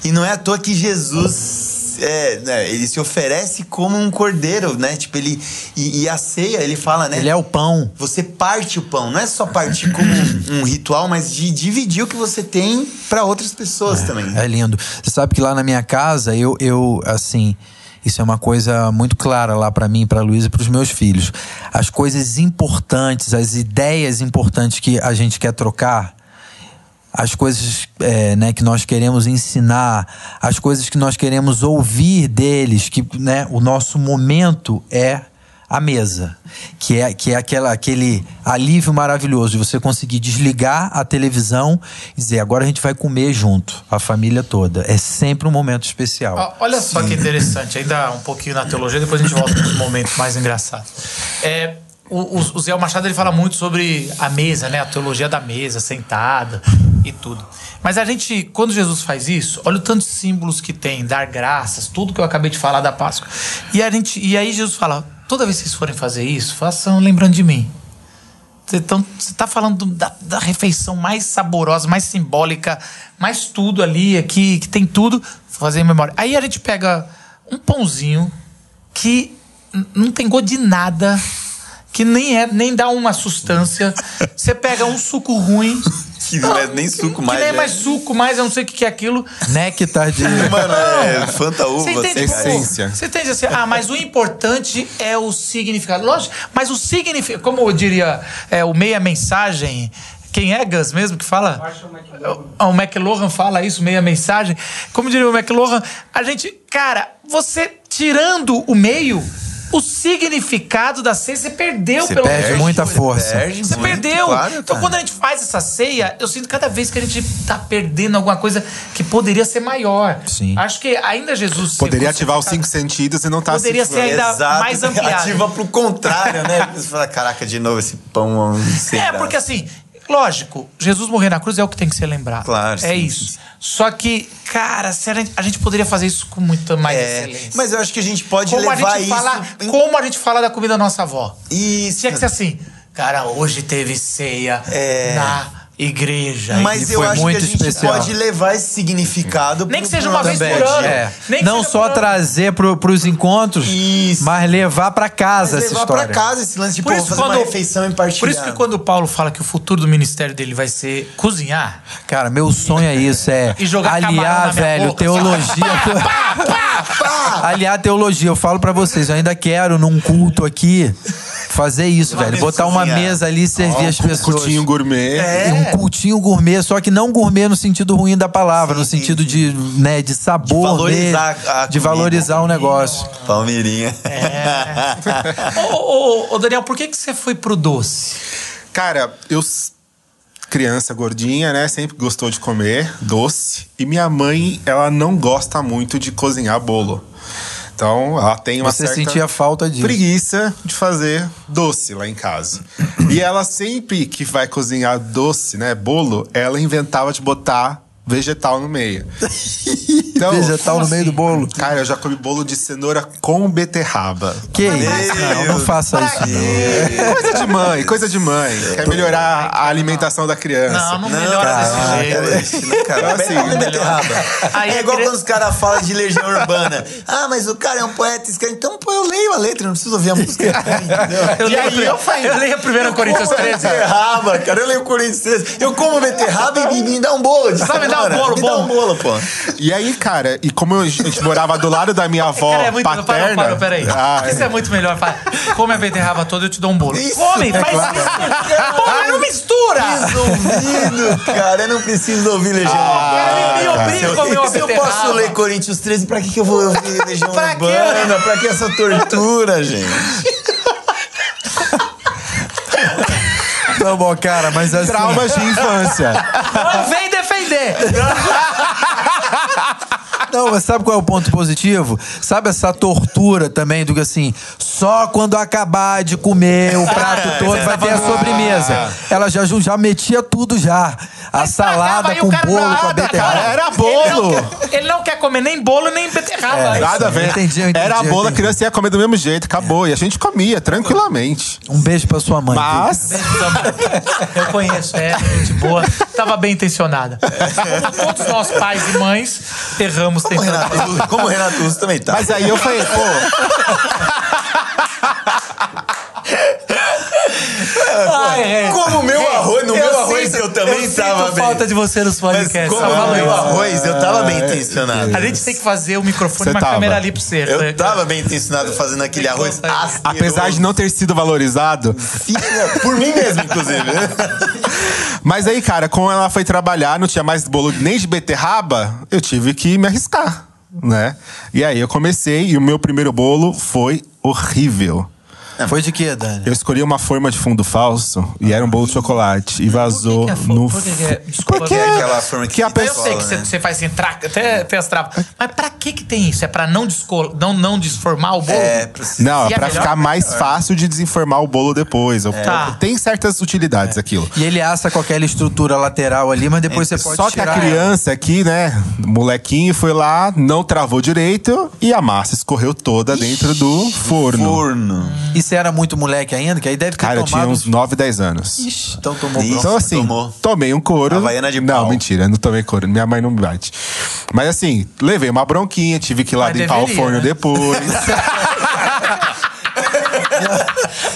E não é à toa que Jesus. é, né, ele se oferece como um cordeiro, né? Tipo, ele. E, e a ceia, ele fala, né? Ele é o pão. Você parte o pão, não é só partir como um, um ritual, mas de dividir o que você tem pra outras pessoas também. É lindo. Você sabe que lá na minha casa, eu, eu assim, isso é uma coisa muito clara lá pra mim, pra Luísa e pros meus filhos. As coisas importantes, as ideias importantes que a gente quer trocar, as coisas é, né, que nós queremos ensinar, as coisas que nós queremos ouvir deles, que né, o nosso momento é a mesa, que é, que é aquela, aquele alívio maravilhoso de você conseguir desligar a televisão e dizer agora a gente vai comer junto, a família toda. É sempre um momento especial. Ó, Olha só que interessante, ainda um pouquinho na teologia, depois a gente volta nos momentos mais engraçados. É, o, o- o Zé Machado ele fala muito sobre a mesa, né? A teologia da mesa, sentada e tudo. Mas a gente, quando Jesus faz isso, olha o tanto de símbolos que tem, dar graças, tudo que eu acabei de falar da Páscoa. E, a gente, e aí Jesus fala: toda vez que vocês forem fazer isso, façam lembrando de mim. Você está tá falando do- da, da refeição mais saborosa, mais simbólica, mais tudo ali, aqui, que tem tudo, fazer em memória. Aí a gente pega um pãozinho que n- não tem gosto de nada, que nem é, nem dá uma sustância. Você pega um suco ruim. Que não é nem suco mais, Que nem é né? mais suco mais, eu não sei o que que é aquilo. Nectar Né, tá de. Mano, é fanta uva, Ah, Você entende? sei Tipo, lá. essência. Você entende assim? Ah, mas o importante é o significado. Lógico, mas o significado. Como eu diria, é, o meia mensagem. Quem é Gus mesmo que fala? Ah, O, o McLaurin fala isso, meia mensagem. Como diria o McLaurin, a gente. Cara, você tirando o meio, o significado da ceia você perdeu Você pelo perde menos. muita força. perde Você muito, perdeu. claro, então, cara. quando a gente faz essa ceia, eu sinto cada vez que a gente tá perdendo alguma coisa que poderia ser maior. Sim. Acho que ainda Jesus. ser Poderia ativar os cinco crucificado- sentidos e não tá Poderia assistindo. ser ainda mais ampliado. Ativa pro contrário, né? Você fala, caraca, de novo esse pão sem É, graça." porque assim, lógico, Jesus morrer na cruz é o que tem que ser lembrado. Claro, É sim, isso. sim. Só que, cara, se a, gente, a gente poderia fazer isso com muita mais É, excelência. mas eu acho que a gente pode como a levar gente isso. fala, em- como a gente fala da comida da nossa avó. Isso. Tinha que ser assim, cara, hoje teve ceia É. na igreja. Mas Ele eu foi acho que muito a gente especial. pode levar esse significado Nem pro que seja uma vez Bruno por também. ano. É. Nem que Não seja só por ano. trazer pro, pros encontros, Isso. mas levar pra casa essa levar história. pra casa esse lance de pô, fazer uma refeição em Por isso que quando o Paulo fala que o futuro do ministério dele vai ser cozinhar, Cara, meu sonho é isso, é E jogar camarão aliar, na minha velho, boca, teologia. aliar a teologia. Eu falo pra vocês, eu ainda quero num culto aqui fazer isso, velho. mesa Botar uma cozinhar. mesa ali e servir as pessoas. um tipo, Curtinho gourmet. É um cultinho gourmet, só que não gourmet no sentido ruim da palavra, no sentido de, né, de sabor, De valorizar mesmo, a de comida. valorizar o negócio. Palmeirinha. É. Ô, ô, ô, Daniel, por que, que você foi pro doce? Cara, eu. s- Criança gordinha, né? Sempre gostou de comer doce. E minha mãe, ela não gosta muito de cozinhar bolo. Então, ela tem uma Você certa sentia falta disso. preguiça de fazer doce lá em casa. e ela sempre que vai cozinhar doce, né? Bolo, ela inventava de botar vegetal no meio. Então, Vegetal no meio do bolo. Cara, eu já comi bolo de cenoura com beterraba. Que isso? Não, não faça isso. não. Coisa de mãe, coisa de mãe. Quer melhorar a alimentação da criança. Não, não melhora Ah, desse jeito. cara, isso, né, cara? Assim, Come beterraba. Aí é igual a cri- quando os caras falam de legião urbana. Ah, mas o cara é um poeta, escreve. Então, pô, eu leio a letra, não preciso ouvir a música. Entendeu? Eu E leio, aí, eu, eu leio a primeira Coríntios como 13. beterraba, cara. Eu leio Coríntios 13. Eu como beterraba e me, me dá um bolo. de Sabe, dá um cenoura. bolo me dá bom. um bolo, pô. E aí, cara, e como eu- a gente morava do lado da minha avó Cara, é muito. paterna. Parou, parou, peraí. Ah, isso é muito melhor. Fala, Come a beterraba toda, eu te dou um bolo. Isso, Come, é faz claro. isso. Porra, não mistura! Resumido, cara. Eu não preciso ouvir Legião Ah, cara, me Urbana. obriga Se eu- a comer uma Se eu beterraba. posso ler Coríntios 13, pra que, que eu vou ouvir Legião Pra quê? Urbana? Pra que essa tortura, gente? Tá bom, cara, mas assim. Traumas de infância. Não vem defender. Não, mas sabe qual é o ponto positivo? Sabe essa tortura também do que assim, só quando acabar de comer o prato É, todo vai ter a sobremesa. Ela já, ju- já metia tudo já. A salada aí o com cara bolo, nada, com a beterraba. cara. Era Ele não, bolo! quer, ele não quer comer nem bolo, nem É. beterraba. Nada a ver. Eu entendi, eu entendi, Era eu bolo, a entendi. criança ia comer do mesmo jeito, acabou. E a gente comia tranquilamente. Um beijo pra sua mãe. viu? Mas. Eu conheço, é, gente boa. Tava bem intencionada. Como todos nós, pais e mães, erramos Como o tentando. Renato, Russo- como o Renato Russo também tá. Mas aí eu falei, pô, Ai, é. como o meu arroz, Eu no meu arroz sinto- eu também eu tava sinto bem. falta de É. você nos Mas podcasts. como só o falo meu isso. arroz, eu tava bem intencionado. A gente tem que fazer o microfone Você e uma tava. câmera ali pra você. né? Eu tava bem intencionado fazendo aquele arroz Tem que botar ácido. apesar de não ter sido valorizado. Por mim mesmo, inclusive. Mas aí, cara, como ela foi trabalhar, não tinha mais bolo nem de beterraba, eu tive que me arriscar, né? E aí eu comecei e o meu primeiro bolo foi horrível. Foi de quê, Dani? Eu escolhi uma forma de fundo falso e era um bolo de chocolate e vazou que é fo- no. por que que é- fu- desculpa, Porque é aquela forma que a fica- Eu pessoa. sei que você Escola, né? você faz sem traca, até, até as travas. Mas pra que que tem isso? É pra não, descol- não, não desformar o bolo? É, pra se- Não, E é pra melhor? ficar mais fácil de desenformar o bolo depois. Eu- Tá. Tem certas É. utilidades aquilo. E ele assa com aquela estrutura lateral ali, mas depois você pode Só tá que tirar. é. a criança aqui, né, molequinho, foi lá, não travou direito e a massa escorreu toda dentro do forno. Forno. E você era muito moleque ainda, que aí deve ter Cara, eu tinha tomado... uns 9, 10 anos. Ixi, então tomou Ixi. bronca. Então, assim, tomou. tomei um couro. Havaiana de Não, pau. mentira, não tomei couro. Minha mãe não me bate. Mas assim, levei uma bronquinha, tive que ir lá Mas limpar deveria, o forno né? depois.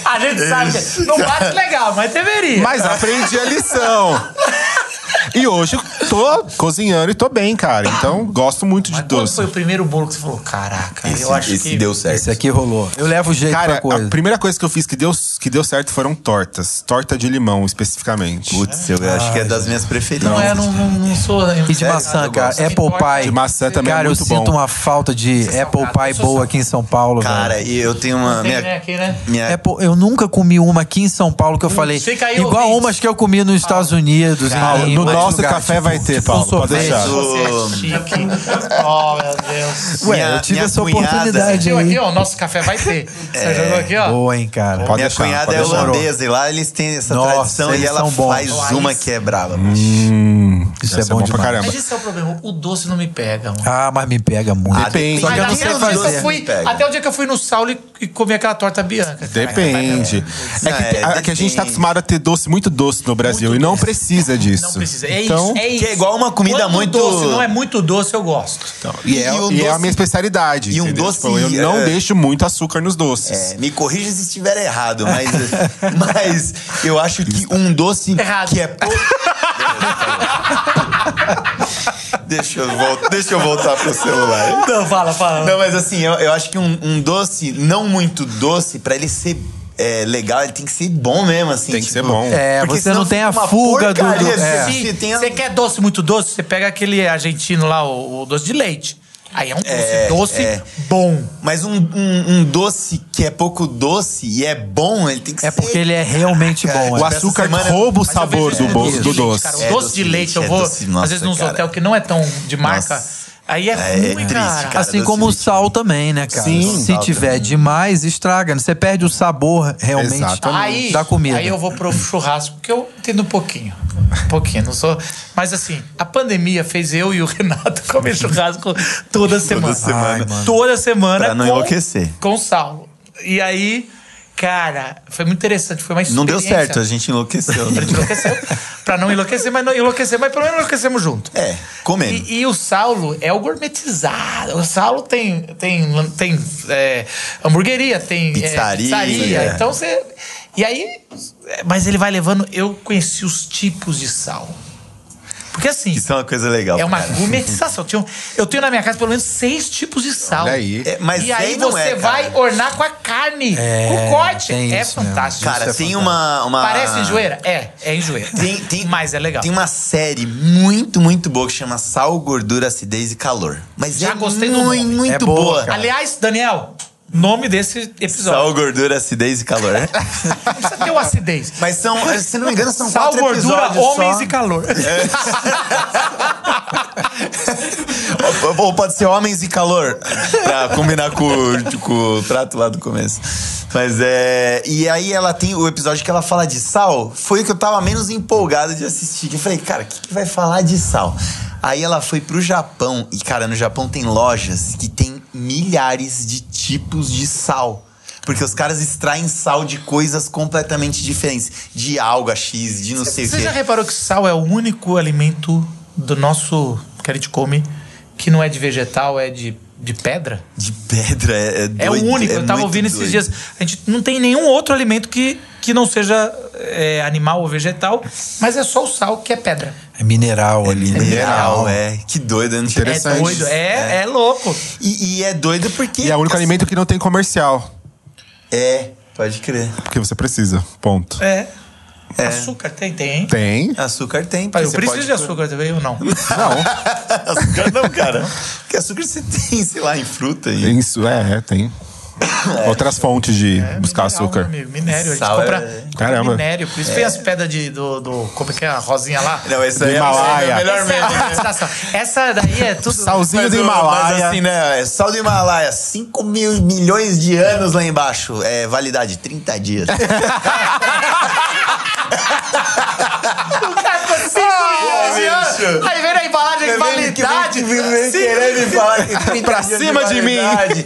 A gente sabe que não bate legal, mas deveria. mas aprendi a lição. E hoje eu tô cozinhando e tô bem, cara. Então, gosto muito de Mas quando doce. foi o primeiro bolo que você falou, caraca, Esse, eu acho esse que... deu certo. Esse aqui rolou. Eu levo jeito Cara, pra coisa. a primeira coisa que eu fiz que deu s- que deu certo foram tortas. Torta de limão, especificamente. Putz, eu acho que é das minhas preferidas. Não é, não, não, não sou. É, E de maçã, eu cara. gosto. Apple pie. De maçã também é Cara, eu muito sinto bom. uma falta de salgado, apple eu sou pie boa salgado. aqui em São Paulo, velho. Cara, é. e eu tenho uma. Tem, Minha, né, aqui, né? É, minha- Apple- eu nunca comi uma aqui em São Paulo que eu falei. fica aí, igual ouvintes. umas que eu comi nos Estados Unidos. Paulo, em no outros nosso lugares, café tipo- vai ter, tipo Paulo, Um pode sorvete. deixar. Você é chique. Oh, meu Deus. Ué, Minha- eu tive minha essa cunhada- oportunidade. Viu aí. aqui, ó, nosso café vai ter. É. Você jogou aqui, ó. Boa, hein, cara. Pode minha deixar, cunhada pode é deixar. holandesa e lá eles têm essa Nossa, tradição e eles ela são bons. faz Olha uma isso. que é braba. Hum, Isso deve é ser bom demais. pra caramba. Mas esse é o problema. O doce não me pega, mano. Ah, mas me pega muito. Ah, Depende. só Mas que é eu não até sei o dia que eu fazer. fui- Pega. até o dia que eu fui no Saulo e, e comi aquela torta bianca. cara. Depende. É que, É, a- é que a gente depende. tá acostumado a ter doce, muito doce no Brasil. Muito e não doce. precisa disso. Não precisa. É Então- isso, é isso. Que é igual uma comida Quando o muito- doce não é muito doce, eu gosto. E, é, E o e é doce- a minha especialidade. e um entendeu? doce, Tipo, eu não é- deixo muito açúcar nos doces. É, me corrija se estiver errado, mas, mas eu acho que um doce Tá Errado. que é pouco. deixa, eu voltar, deixa eu voltar pro celular. Não, fala, fala. Não, mas assim, eu, eu acho que um, um doce não muito doce, pra ele ser é, legal, ele tem que ser bom mesmo, assim. Tem que ser bom. É, porque você senão não tem fica a uma fuga do- do- porcaria, é. Você, Se você tem um- a- você quer doce muito doce, você pega aquele argentino lá, o, o doce de leite. Aí é um doce, É, doce é. bom. Mas um, um- um doce que é pouco doce e é bom, ele tem que É ser. porque ele é realmente Cara, bom. O é. Essa açúcar semana- rouba o Mas eu sabor vejo do, esse bo- doce do de leite, doce. cara. O É, doce de leite, eu é vou, doce, nossa, às vezes, nos cara. hotel que não é tão de marca. Nossa. Aí é, É, ruim, é triste, cara. cara. Assim doce como o de leite. sal também, né, cara? Sim. Se Sal tiver também. demais, estraga. né? Você perde o sabor realmente Exatamente. Tá, Aí, da comida. aí eu vou pro churrasco, porque eu entendo um pouquinho. Um pouquinho, não sou. Mas assim, a pandemia fez eu e o Renato comer churrasco toda semana. semana. Ai, toda semana. Pra não com- enlouquecer. Com Saulo. E aí, cara, foi muito interessante. Foi uma é Não deu experiência. certo, a gente enlouqueceu. né? A gente enlouqueceu. pra não enlouquecer, mas não enlouquecer, mas pelo menos enlouquecemos junto. É, comendo. E, e o Saulo é o gourmetizado. O Saulo tem, tem, lan- tem é, hamburgueria, tem é, Pizzaria, pizzaria. é. Então você. E aí. é, Mas ele vai levando. Eu conheci os tipos de sal. Porque assim. Isso é uma coisa legal. É uma cara. gourmetização. Tinha um- Eu tenho na minha casa pelo menos seis tipos de sal. Olha aí. É, mas e aí bem não você é, cara. vai ornar com a carne, com o corte. tem É isso mesmo. fantástico. Isso Cara, é tem fantástico. uma, uma. Parece enjoeira? É, é enjoeira. Tem, tem, Mas é legal. Tem uma série muito, muito boa que chama Sal, Gordura, Acidez e Calor. Mas Já é gostei do muito, nome. muito É boa, boa. cara. Aliás, Daniel, nome desse episódio. Sal, Gordura, Acidez e Calor. Não precisa ter o acidez. Mas são, se não me engano, são Sal, quatro gordura, episódios homens só. É, e calor. Ou- Ou pode ser Homens e Calor, pra combinar com, o- com o prato lá do começo. Mas é. E aí ela tem o episódio que ela fala de sal, foi o que eu tava menos empolgado de assistir. que Eu falei, cara, o que, que vai falar de sal? Aí ela foi pro Japão, e cara, no Japão tem lojas que tem milhares de tipos de sal. Porque os caras extraem sal de coisas completamente diferentes. De alga X, de não sei o Você quê. já reparou que sal é o único alimento do nosso que a gente come que não é de vegetal, é de, de pedra? De pedra, é, é É doido, o único. é Eu tava muito ouvindo esses doido. dias. A gente não tem nenhum outro alimento que, que não seja é, animal ou vegetal, mas é só o sal que é pedra. É mineral É ali. né? mineral, é. Que doido, eu não É tinha Interessante. doido, é, é. louco. E, e é doido porque. E é o único alimento que não tem comercial. É, pode crer. Porque você precisa. Ponto. É. Açúcar tem, tem, hein? Tem. Açúcar tem. Pai, porque eu você preciso pode- de açúcar também ou não? açúcar não, cara. Porque açúcar você tem, sei lá, em fruta. Em... Isso, é, é, tem. É. Outras fontes de É, buscar né, mineral, açúcar. meu amigo, minério. A gente Sal compra, é- compra Caramba. minério. Por isso tem as pedras de, do, do- Como é que é? A rosinha lá. Não, essa Do aí é Himalaia. é melhor Essa, é mesmo. a romantização. Essa daí é tudo... Salzinho Mas, do o- Himalaia. mas assim, né? É sal do Himalaia, 5 mil milhões de anos lá embaixo. É validade, 30 dias. Cara, com cinco milhões de Ah, bicho. anos. Aí vem a Tá embalagem de validade. Que vem, que vem, vem querendo me falar que 30 Pra dias cima de mim. validade.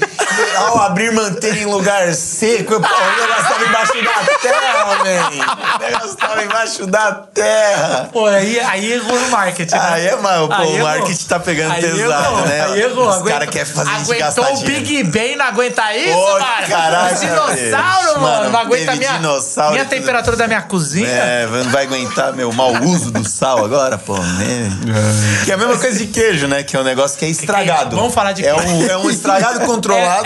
Ao abrir manter em lugar seco, eu, o negócio tava embaixo da terra, man. O negócio tava embaixo da terra. Pô, aí, aí errou no marketing. né? Aí é, mano, pô, Aí o errou. marketing tá pegando Aí pesado, errou, né? Aí errou. Os Aguenta- caras querem fazer a gente gastar Aguentou o dinheiro. Big Ben, não aguenta isso, Ô, cara? caraca, Os dinossauro, bicho. mano, Mano, Não aguenta a teve minha, dinossauro minha e tudo. temperatura da minha cozinha. É, não vai aguentar meu mau uso do sal agora, pô. Né? Que é a mesma coisa de queijo, né? Que é um negócio que é estragado. Vamos falar de é queijo. um, é um estragado é controlado.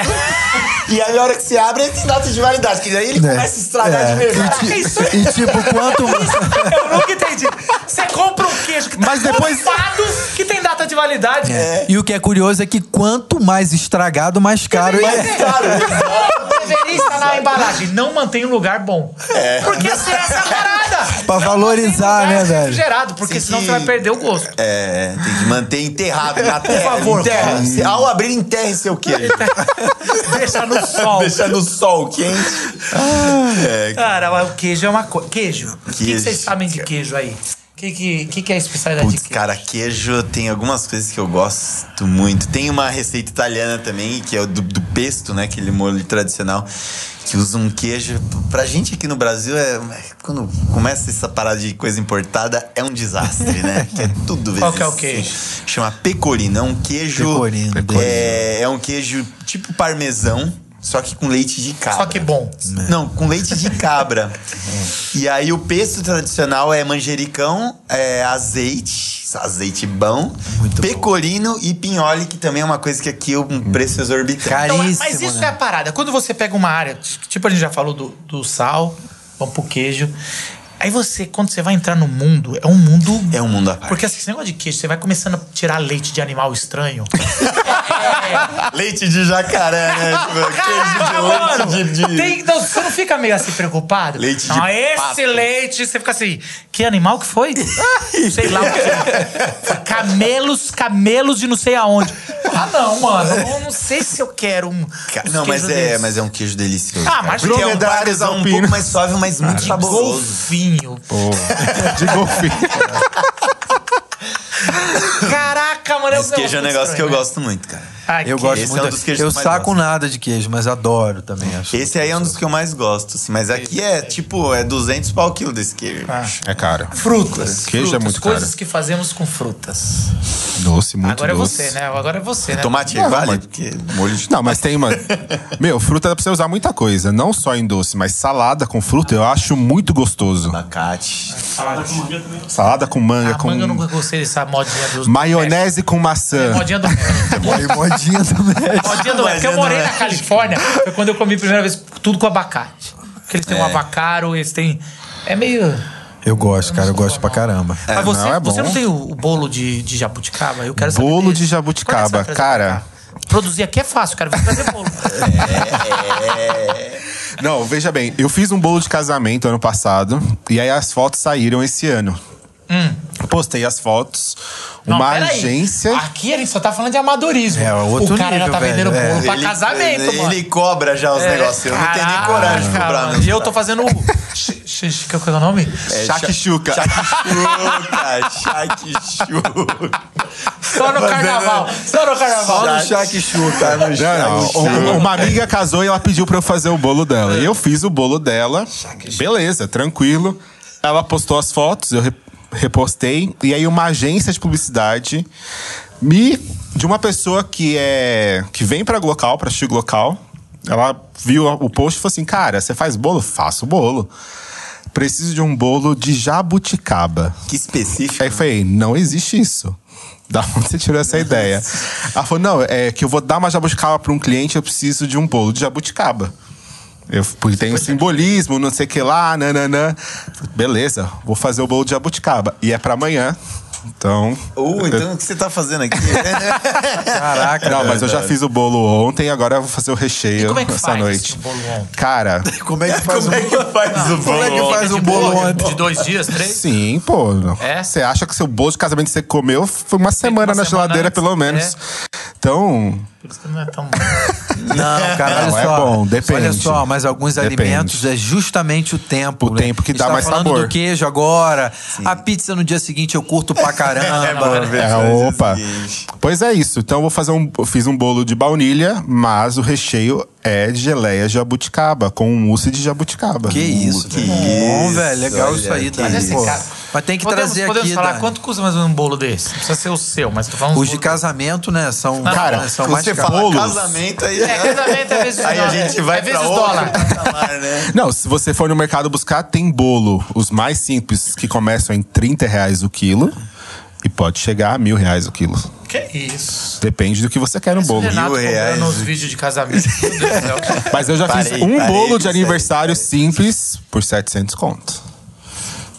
E aí, a hora que se abre, ele tem data de validade. Que daí ele É. começa a estragar É. de verdade. Caraca, isso E tipo, quanto. Eu nunca entendi. Você compra um queijo que tá Mas depois- estofado, que tem data de validade. E o que é curioso é que quanto mais estragado, mais caro ele é. Mas, cara, Deveria estar na embalagem. Não mantém um lugar bom. Porque assim, essa é a parada. Pra Não valorizar, mantém um lugar né, velho? refrigerado, porque Tem senão que- você vai perder o gosto. é, tem que manter enterrado na terra. favor, enterra. cara. Se- Ao abrir, enterre seu queijo. Deixar no sol. Deixa no sol quente. É, Cara, mas o queijo é uma coisa. Queijo. O que, que Queijo. vocês sabem de queijo aí? O que, que, que, que é a especialidade Putz, de queijo? cara, queijo tem algumas coisas que eu gosto muito. Tem uma receita italiana também, que é o do, do pesto, né? Aquele molho tradicional, que usa um queijo. Pra gente aqui no Brasil, é, é- quando começa essa parada de coisa importada, é um desastre, né? Que é tudo Qual vezes que é o queijo? assim. Chama pecorino. É um queijo. Pecorino, É, é um queijo tipo parmesão, só que com leite de cabra. Só que bom. É. Não, com leite de cabra. e aí o pesto tradicional é manjericão, é azeite, azeite bom, Muito bom. pecorino e pinhole, que também é uma coisa que aqui é um preço exorbitante. Cara, Então, é- Caríssimo, mas isso né? é a parada. Quando você pega uma área, tipo a gente já falou do, do sal, vamos pro queijo. Aí você, quando você vai entrar no mundo, é um mundo. É um mundo à parte. Porque assim, esse negócio de queijo, você vai começando a tirar leite de animal estranho. Leite de jacaré, né? Tipo, Caraca, É, queijo de leite de... de... Tem- não, você não fica meio assim preocupado? Leite de não, esse pato. leite, você fica assim, que animal que foi? sei lá o que. Camelos, camelos de não sei aonde. Ah, não, mano, eu não sei se eu quero um. Cara, uns Não, mas queijos é, desses. mas é um queijo delicioso. Ah, cara. mas Porque é um dromedários parmesão um alpinos. pouco mais suave, mas muito saboroso. Golfinho. De golfinho. Caraca, mano, Esse queijo é um negócio né? que eu gosto muito, cara. Eu gosto Esse é um muito. dos queijos eu que eu mais saco gosto. nada de queijo, mas adoro também. Acho. Esse aí é um dos que eu mais gosto, assim. Mas aqui é, tipo, é 200 pau o quilo desse queijo. Ah. eu acho. É caro. Frutas. Queijo é frutas, muito caro. Coisas que fazemos com frutas. Doce, muito Agora doce. é você, né? Agora é você, né? Tomate Não, vale, mas- porque molho de Não, mas tem uma. Meu, fruta dá pra você usar muita coisa. Não só em doce, mas salada com fruta eu acho muito gostoso. abacate. Salada com manga, A com. Ah, manga eu não É, gostei dessa modinha dos. Maionese com maçã. Modinha do. Aí, modinha também. Modinha É do. Porque eu morei na Califórnia, foi quando eu comi a primeira vez tudo com abacate. Porque eles têm um avacaro, eles têm. É meio. Eu gosto, cara. Eu gosto pra caramba. Mas você não, é você bom. não tem o, o bolo de, de jabuticaba? Eu quero saber. Bolo desse. de jabuticaba, Quando é que você vai trazer cara. pra cá? Produzir aqui é fácil, cara. Vou trazer bolo. Não, veja bem, eu fiz um bolo de casamento ano passado e aí as fotos saíram esse ano. Postei as fotos, Hum. Não, uma peraí. agência. Aqui a gente só tá falando de amadorismo. É, outro o cara já nível, tá velho, vendendo é. bolo pra casamento, ele, mano. Ele cobra já os É, negócios. Eu não tenho nem caraca, coragem de né? cobrar, É, mano. meu. E eu tô fazendo. o- X- X- Que é o nome? Shakshuka. Shakshuka, shakshuka. Só no Fazendo- carnaval. Só no carnaval. Só no Shakshuka, no Não, não, um- uma amiga casou e ela pediu pra eu fazer o bolo dela. E eu fiz o bolo dela. Beleza, tranquilo. Ela postou as fotos, eu re- repostei. E aí uma agência de publicidade me de uma pessoa que é que vem pra local, pra Chico local. Ela viu o post e falou assim: "Cara, você faz bolo? Faço bolo. Preciso de um bolo de jabuticaba." Que específico. Aí eu falei, não existe isso. Da onde você tirou essa ideia? Ela falou, não, é que eu vou dar uma jabuticaba para um cliente, eu preciso de um bolo de jabuticaba. Eu, porque tem um é. simbolismo, não sei o que lá, nananã. Beleza, vou fazer o bolo de jabuticaba. E é para amanhã. Então. Uh, então é o que você tá fazendo aqui? Caraca, Não, mas eu já fiz o bolo ontem, agora eu vou fazer o E recheio como é que essa faz noite. esse bolo ontem? Cara, Como é que faz Como um... é que faz o Como é bolo? que faz De um bolo ontem? De dois dias, três? Sim, pô. É? Você acha que seu bolo de casamento que você comeu foi uma semana na semana geladeira, antes, é. pelo menos. Então, Por isso que não é tão bom. Não, cara, Não, olha é só. bom, depende. Olha só, mas alguns Depende. alimentos é justamente o tempo. O né? tempo que A gente dá tá mais falando sabor. do queijo agora. A pizza no dia seguinte eu curto pra Ah, caramba. É, opa. Pois é isso. Então eu vou fazer um, eu fiz um bolo de baunilha, mas o recheio é de geleia de jabuticaba com mousse de jabuticaba. que isso, Que que bom, isso, velho. Legal olha, isso aí, que Dani. isso. pô. Mas tem que podemos trazer podemos aqui. falar Dani. quanto custa mais ou menos um bolo desse? Não precisa ser o seu, mas tô falando. um Os de bolo- casamento, né? São, Cara, são mais Você caros. fala bolos. casamento aí. né? É, casamento é vezes Aí a dólar. gente vai é vezes pra outro dólar. patamar, né? Não, se você for no mercado buscar, tem bolo. Os mais simples, que começam em 30 reais o quilo. E pode chegar a mil reais o quilo. Que isso? Depende do que você quer no Esse bolo. Renato Mil reais. comprando os vídeos de casamento. Meu Deus do céu. Mas eu já fiz Parei, um parei bolo disso de aí, parei. aniversário simples por 700 conto.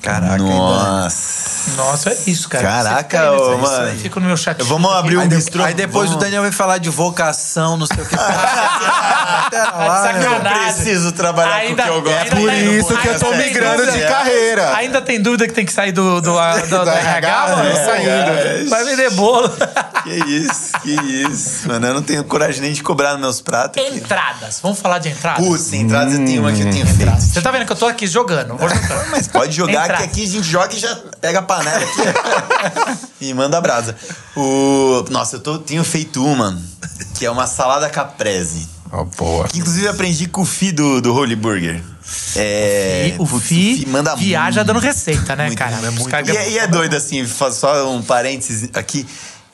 Caraca, ainda- Nossa. Nossa, é isso, cara. Caraca, Você fica aí ô, nessa- mano. Fico no meu chat. Vamos abrir um Aí, de- bistrô. aí depois Vamos- o Daniel vai falar de vocação, não sei o que. Tá de Pera lá, né? sacanagem. Eu preciso trabalhar Ainda- com o que eu ainda gosto. tem- Por Ainda isso que eu tô tem migrando de dúvida. carreira. Ainda tem dúvida que tem que sair do, do, do, do, Da RH, RH, mano? Tá é, é. Vai vender bolo. Que isso, que isso. Mano, eu não tenho coragem nem de cobrar nos meus pratos. aqui. entradas. Vamos falar de entradas? Putz, entradas eu tenho uma que eu Hum. tenho feito. Você tá vendo que eu tô aqui jogando. Vou jogar. Mas pode jogar Entrada. que aqui a gente joga e já pega a panela aqui. e manda a brasa. O... Nossa, eu tô- tenho feito uma, que é uma salada caprese. Ó, boa. Que inclusive eu aprendi com o Fi do, do Holy Burger. É, E o putz, Fi manda viaja muito. dando receita, né, Muito, cara? muito. Os caras- E, é- e é doido, assim, fa- só um parênteses aqui.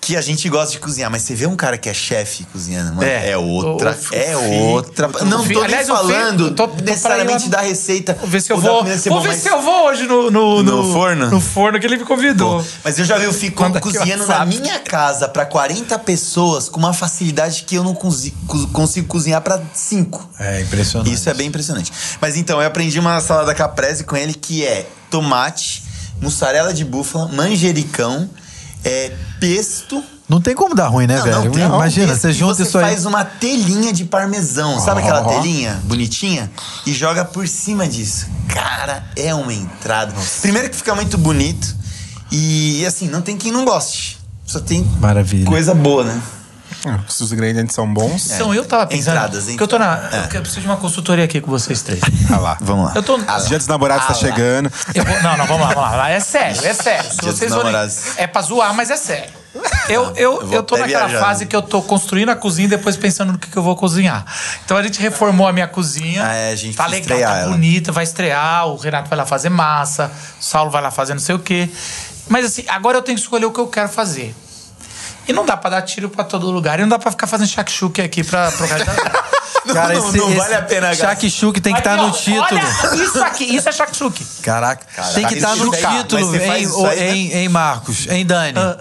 Que a gente gosta de cozinhar, mas você vê um cara que é chefe cozinhando, mano, é, É. outra, O- o Fi- é outra. o- o não Fi- tô nem aliás, o Fi- falando tô- tô pra ir lá- necessariamente da receita. Vou ver se eu ou da vou. comida ser Vou boa, ver mas- se eu vou hoje no, no, No forno? No forno que ele me convidou. Mas eu já vi o Fico Manda aqui cozinhando na WhatsApp. minha casa pra 40 pessoas com uma facilidade que eu não consi- co- consigo cozinhar pra 5. É impressionante. Isso é bem impressionante. Mas então, eu aprendi uma salada caprese com ele que é tomate, mussarela de búfala, manjericão, é, pesto. Não tem como dar ruim, né, velho? tem um Imagina, pesto você e junta você isso aí. faz uma telhinha de parmesão. Sabe aquela Ó. telinha bonitinha? E joga por cima disso. Cara, é uma entrada. Primeiro que fica muito bonito. E assim, não tem quem não goste. Só tem Maravilha. coisa boa, né? Ah, Se os ingredientes são bons, Então, eu tava pensando. é. Entradas, que eu tô na. Eu preciso de uma consultoria aqui com vocês três. ah lá. Vamos lá. Eu tô. Os dias dos namorados Ah tá lá. chegando. Eu vou- não, não, vamos lá, vamos lá. É sério, é sério. Se Dia dos vocês forem- namorados. é pra zoar, mas é sério. Eu, eu, Eu eu, vou tô até naquela viajar, fase né? que eu tô construindo a cozinha e depois pensando no que, que eu vou cozinhar. Então a gente reformou a minha cozinha. Ah, é, a gente tá vai legal, estrear tá ela. bonita, vai estrear, o Renato vai lá fazer massa, o Saulo vai lá fazer não sei o quê. Mas assim, agora eu tenho que escolher o que eu quero fazer. E não dá pra dar tiro pra todo lugar. E não dá pra ficar fazendo shakshuki aqui pra, pro resto da vida. Cara, não, esse, não esse vale a pena gastar. Shakshuki tem que estar Tá Aqui, ó, no título. Olha isso aqui, isso é shakshuki. Caraca, tem que isso estar no daí- mas título, você faz hein, isso ô, aí, né? hein, hein, Marcos? Hein, Dani? Ah.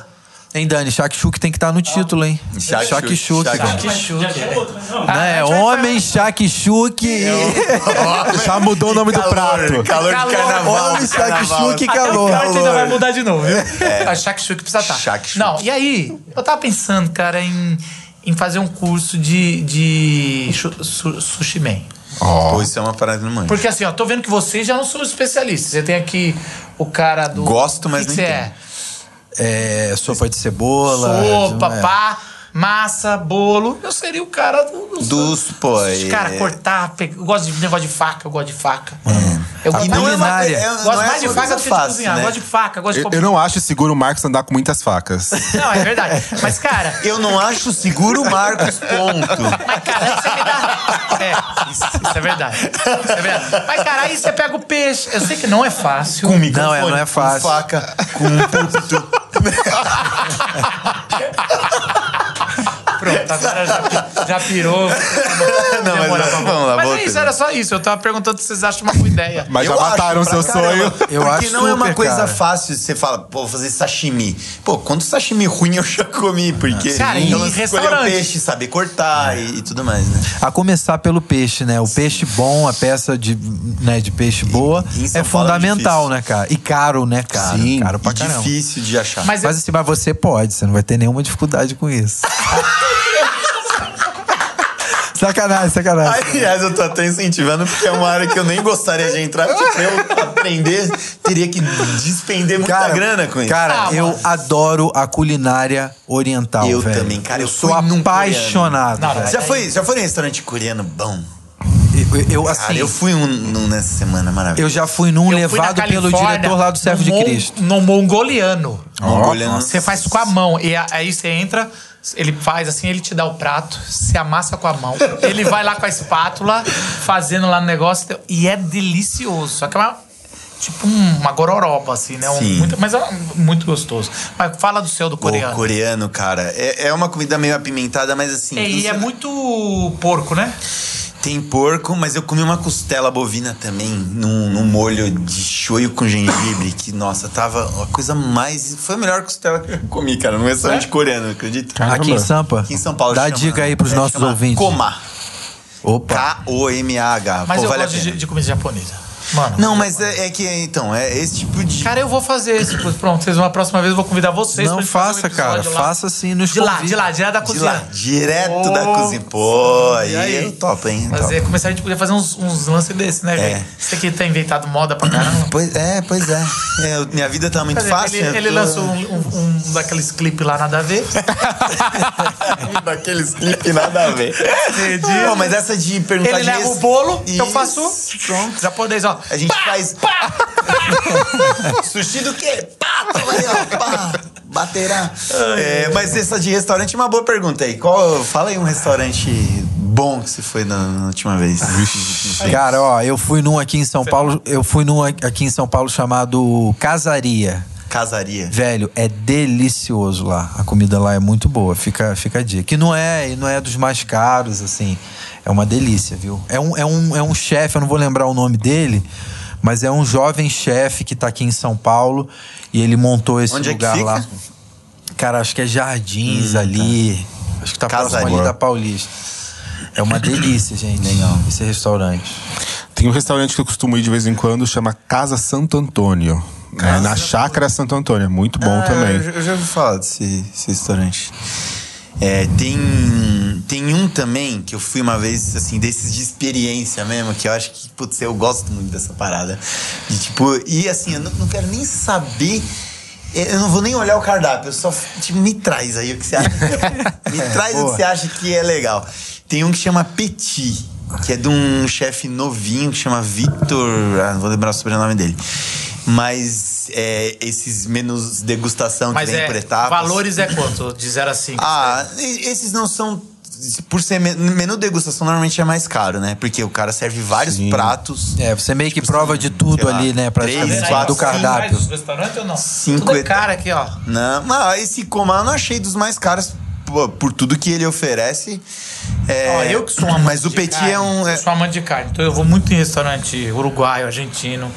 Hein, Dani? Shakshuki tem que estar no título, hein? Shakshuki. Shakshuki. Shakshuki. Shakshuki. Ah, Né? é a gente vai- Homem Shakshuki Já mudou o nome do prato. Calor Calor. de carnaval. Tá Homem carnaval. Shakshuki Até o calor. corte ainda vai mudar de novo, viu? A shakshuki precisa estar. Shakshuki. Não, e aí, eu tava pensando, cara, em, em fazer um curso de, de chu- su- sushi man. Ó, Pô, isso é uma parada no manjo. Porque assim, ó, tô vendo que vocês já não são especialistas. Você tem aqui o cara do... Gosto, mas que não que você entendo. é? É, sopa de cebola. Sopa, é. pá, massa, bolo. Eu seria o cara do... Dos, pô, Os cara, é- cortar, pegar. Eu gosto de negócio de faca, eu gosto de faca. Eu A gosto, não é uma- culinária. eu gosto mais de faca do que de cozinhar. né? Eu gosto de faca, gosto de eu, eu não acho seguro o Marcos andar com muitas facas. Não, é verdade. Mas, cara, Eu não acho seguro o Marcos, ponto. mas, cara, você me dá. É, isso, isso é verdade. Isso é verdade. Mas, cara, aí você pega o peixe. Eu sei que não é fácil. Não, é, não é fácil. Com faca. Pronto, agora já, já pirou. Não, mas Demora, vamos lá, Mas volta. é isso, era só isso. Eu tava perguntando se vocês acham uma boa ideia. Mas Eu já acho mataram o pra seu caramba. sonho. Eu Porque acho não é uma super, coisa cara. fácil você fala, pô, vou fazer sashimi. Pô, quanto sashimi ruim eu já comi, porque. Ah, Cara, então, em escolher restaurante. o peixe, saber É. cortar e, e tudo mais, né? A começar pelo peixe, né? O peixe bom, a peça de, né, de peixe boa e em São é Paulo é fundamental, difícil. né, cara? E caro, né, cara? Caro pra e caramba. difícil de achar. Mas, Mas assim, mas você pode, você não vai ter nenhuma dificuldade com isso. sacanagem, sacanagem. Aliás, eu tô até incentivando, porque é uma área que eu nem gostaria de entrar, porque pra eu aprender, teria que despender muita grana com isso. Cara, Ah, eu mano. adoro a culinária oriental, Eu Ah, velho. também, cara, eu sou fui num apaixonado. coreano. Não, velho. já foi, já foi em restaurante coreano bom? Eu, eu- eu, Cara, assim, eu eu, fui um, num nessa semana maravilhosa. já fui num eu fui na um levado pelo Califórnia, diretor lá do Servo de no mon- Cristo. No mongoliano. Mongoliano. Você faz com a mão. E a- aí você entra, ele faz assim, ele te dá o prato, você amassa com a mão. Ele vai lá com a espátula, fazendo lá no negócio. E é delicioso. Só que é uma, tipo um- uma gororoba, assim, né? Um- Sim. muito- mas é muito gostoso. Mas fala do seu, do Pô, coreano. coreano, cara. É, é uma comida meio apimentada, mas assim. É, não e sei- é muito porco, né? Tem porco, mas eu comi uma costela bovina também, num, num molho de shoyu com gengibre, que, nossa, tava a coisa mais. Foi a melhor costela que eu comi, cara, num É? restaurante coreano, acredita? Caramba. Aqui em Sampa? Aqui em São Paulo. Dá chama- dica aí pros é, nossos chama ouvintes. Coma. Opa. K-O-M-A-H. Mas Pô, eu vale a gosto pena. de, de comida japonesa. Mano. Não, mas é, é que, então, é esse tipo de. Cara, eu vou fazer isso. Pronto, vocês vão a próxima vez, eu vou convidar vocês Não pra gente fazer um faça, cara. episódio lá. Faça sim, nos De lá, convida. de lá, direto da de cozinha. lá, direto da Ô, cozinha. Pô, aí, e aí? é top, hein? Fazer, Top. começar a gente podia fazer uns, uns lances desses, né, velho? Você que tá inventado moda pra caramba. Pois é, pois é. É, eu- minha vida tá muito Quer dizer, fácil. ele, eu ele tô- lançou um, um- um daqueles clipes lá, nada a ver. Daqueles clipes nada a ver. Entendi. Não, mas essa de perguntar Ele de leva res- o bolo, eu Isso, faço Pronto. japonês, ó. A gente faz. Sushi do quê? Pá! toma aí, ó, pá. Baterá. É, mas essa de restaurante é uma boa pergunta aí. Qual, fala aí um restaurante bom que você foi na, na última vez. Cara, ó, eu fui num aqui em São Paulo, eu fui num aqui em São Paulo chamado Casaria. Casaria. Velho, é delicioso lá. A comida lá é muito boa, fica, fica a dica. Que não é, não é dos mais caros, assim. É uma delícia, viu? É um, é um, é um chefe, eu não vou lembrar o nome dele, mas é um jovem chefe que tá aqui em São Paulo e ele montou esse Onde é que lugar fica? Hum, tá. lá. Cara, acho que é Jardins ali. Acho que tá próximo Casaria. ali da Paulista. É uma delícia, gente, esse restaurante. Tem um restaurante que eu costumo ir de vez em quando, chama Casa Santo Antônio. É, na Chácara Santo Antônio, é muito bom Ah, também. Eu, já- eu já ouvi falar desse, desse restaurante. É, tem, tem um também que eu fui uma vez, assim, desses de experiência mesmo, que eu acho que, putz, eu gosto muito dessa parada. De, tipo, e assim, eu não, não quero nem saber. é, Eu eu não vou nem olhar o cardápio, eu só. Tipo, me traz aí o que você acha. me traz o boa. que você acha que é legal. Tem um que chama Petit, que é de um chefe novinho que chama Victor. Ah, não vou lembrar o sobrenome dele. Mas é, esses menus degustação Mas que vem é, por etapas. valores é quanto? De 0 a 5. Ah, e- esses não são. Por ser men- menu degustação, normalmente é mais caro, né? Porque o cara serve vários pratos. É, você meio que prova de tudo sei lá, ali, né? Praticamente, três, quatro, do cardápio. restaurante ou não? Cinco Tudo é eta- cara aqui, ó. Não, mas né? Ah, esse coma eu não achei dos mais caros pô, por tudo que ele oferece. É, Ó, eu que sou um amante Mas o de Petit carne, é um. é- Eu sou amante de carne, então eu vou muito em restaurante uruguaio, argentino.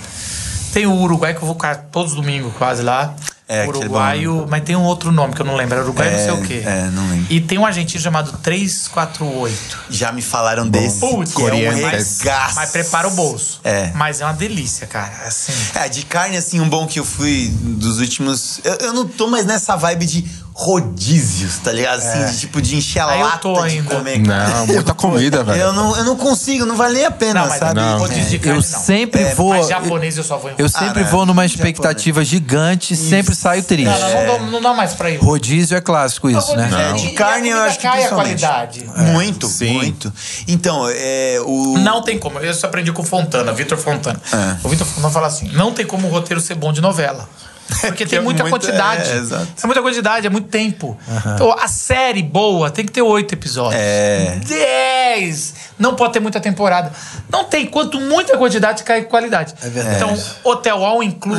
Tem o Uruguai que eu vou ca- todos os domingos quase lá. É, aquele Uruguaio, mas tem um outro nome que eu não lembro. Era Uruguai não sei o quê. é, não lembro. E tem um argentino chamado 348. Já me falaram desse. Putz, que é um Coreano, mas, regaço. mas prepara o bolso. É. Mas é uma delícia, cara. Assim. É, de carne, assim, um bom que eu fui dos últimos. Eu, eu não tô mais nessa vibe de rodízios, tá ligado? Assim, de tipo de encher a Ah, É. eu lata tô de ainda. comer. Não, muita comida, Eu É. velrodízio não, eu não consigo, não vale a pena, Não, mas sabe? não. Não. rodízio de carne, Eu não. sempre vou. Mas japonês eu só vou em Ah, Eu rodízio. sempre né? vou numa expectativa gigante, sempre saio triste. Não, não, não, é dá- não dá mais pra ir. Rodízio é clássico isso, né? Rodízio De carne, e a eu comida acho que é cai a principalmente. É. qualidade. Muito, Sim. muito. Então, é, o. Não tem como. Eu só aprendi com o Fontana, Vitor Fontana. É. O Vitor Fontana fala assim: não tem como o roteiro ser bom de novela. Porque tem é muita muita- quantidade. é, exato. É muita quantidade, é muito tempo. Então, a série boa tem que ter oito episódios. É. Dez! Não pode ter muita temporada. Não tem. Quanto muita quantidade, cai qualidade. É verdade. Então, hotel all inclui.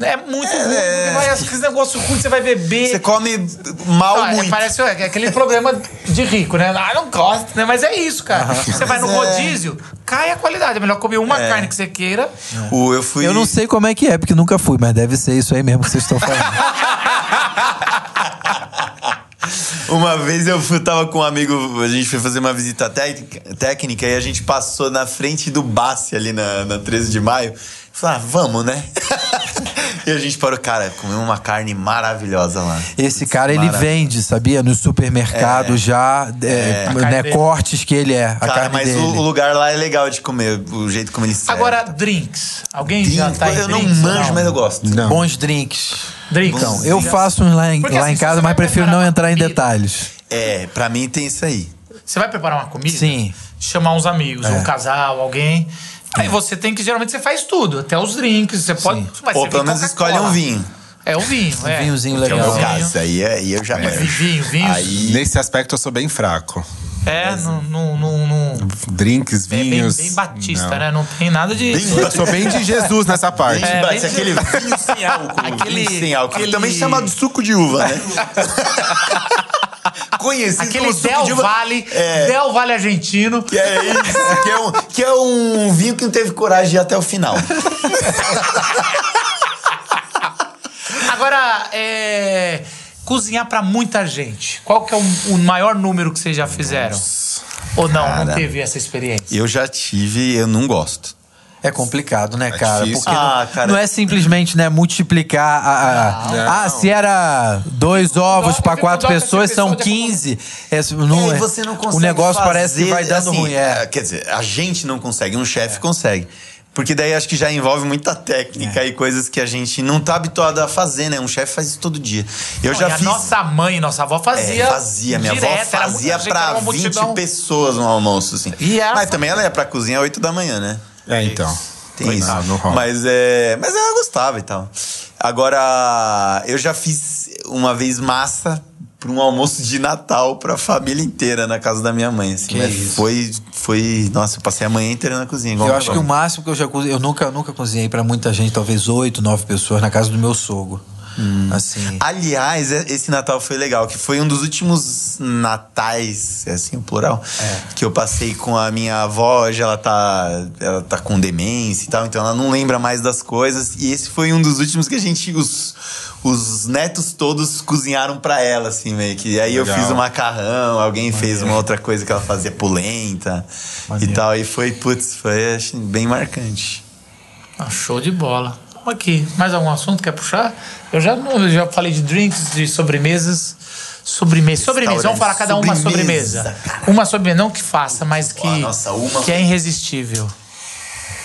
É, muito ruim. porque Vai, aqueles negócios ruins, você vai beber. Você come mal Não, é- muito. Parece é aquele problema de rico, né? Ah, não gosto, né? Mas é isso, cara. Você vai no Mas é. rodízio, cai a qualidade. É melhor comer uma É. carne que você queira. O, eu fui. Eu não sei como é que é, porque nunca fui, mas deve ser isso aí mesmo que vocês estão falando. Uma vez eu fui, tava com um amigo, a gente foi fazer uma visita técnica, técnica e a gente passou na frente do Bassi ali na, na 13 de maio. Falei, ah, vamos, né? e a gente parou, cara, comeu uma carne maravilhosa lá. Esse Putz, cara, ele mara- vende, sabia? No supermercado já, é, A carne né, dele. cortes que ele é, a Cara, carne mas dele. o, o lugar lá é legal de comer, o jeito como ele serve. Agora, drinks. Alguém Tem- já tá em É. eu não drinks? manjo, mas eu gosto. Não. Bons drinks. Drinks. Então, Eu faço uns lá em, Porque lá assim, em se você casa, vai mas prefiro não preparar uma entrar em comida- detalhes. É, pra mim tem isso aí. Você vai preparar uma comida? Sim. Chamar uns amigos, É. um casal, alguém. Aí você tem que, geralmente, você faz tudo. Até os drinks, você pode... Mas Ou você pelo vem menos Coca-Cola. escolhe um vinho. É, o vinho, é. Um vinhozinho Que é o legal. meu caso. Aí, aí eu já manjo. Vinho, vinho. Aí Nesse aspecto eu sou bem fraco. É, não... não, não, não- Drinks, é bem, vinhos. bem batista, não. né? Não tem nada de... Bem Eu sou bem de Jesus nessa parte. É, Bate bem- aquele vinho sem álcool. Aquele- vinho sem álcool. aquele- Também chamado suco de uva, né? Conhecido Aquele como suco de Del uva- Valle, É. Del Valle argentino. Que é isso, que é, um, que é um vinho que não teve coragem de ir até o final. Agora, é, cozinhar pra muita gente. Qual que é o, o maior número que vocês já fizeram? Ou não, não cara. teve essa experiência? Eu já tive, eu não gosto. É complicado, né, cara? difícil. Porque não- Ah, cara. não é simplesmente, né, multiplicar a, a- Ah, se era dois ovos é pra quatro dobra, pessoas, se a são pessoa já 15. Esse não É, é- e você não consegue O negócio fazer, parece que vai dando assim, ruim. É. Quer dizer, a gente não consegue, um É. chefe consegue. Porque daí acho que já envolve muita É. técnica e coisas que a gente não tá habituado a fazer, né? Um chefe faz isso todo dia. Eu Não, já e a fiz. nossa mãe, nossa avó fazia. É, fazia. Minha avó direto, era muita fazia gente, era pra uma 20 multidão. pessoas um almoço, assim. E ela Mas também ela ia pra cozinha às 8 da manhã, né? É, então. Tem Coitado, isso. não rola. Mas é. Mas ela gostava e tal. Agora, eu já fiz uma vez massa pra um almoço de Natal pra família inteira na casa da minha mãe. Assim. Mas foi. Foi. Nossa, eu passei a manhã inteira na cozinha. Igual Eu um acho que o cachorro. máximo que eu já cozinhei, eu nunca, nunca cozinhei pra muita gente, talvez oito, nove pessoas, na casa do meu sogro. Hum. Assim. Aliás, é- esse Natal foi legal, que foi um dos últimos natais, é assim o plural, que eu passei com a minha avó. Hoje ela tá, ela tá com demência e tal, então ela não lembra mais das coisas. E esse foi um dos últimos que a gente, os, os netos todos cozinharam pra ela, assim, meio que. E aí eu Legal. fiz o macarrão, alguém fez uma outra coisa que ela fazia polenta Maneiro. e tal. E foi, putz, foi acho, bem marcante. Ah, show de bola. Vamos Aqui, mais algum assunto quer puxar? Eu já, não- eu já falei de drinks, de sobremesas. Sobremesa. Sobremesa, vamos falar cada uma Sobremesa, sobremesa. Uma sobremesa, não que faça, mas que, Ah, nossa, uma- que é irresistível.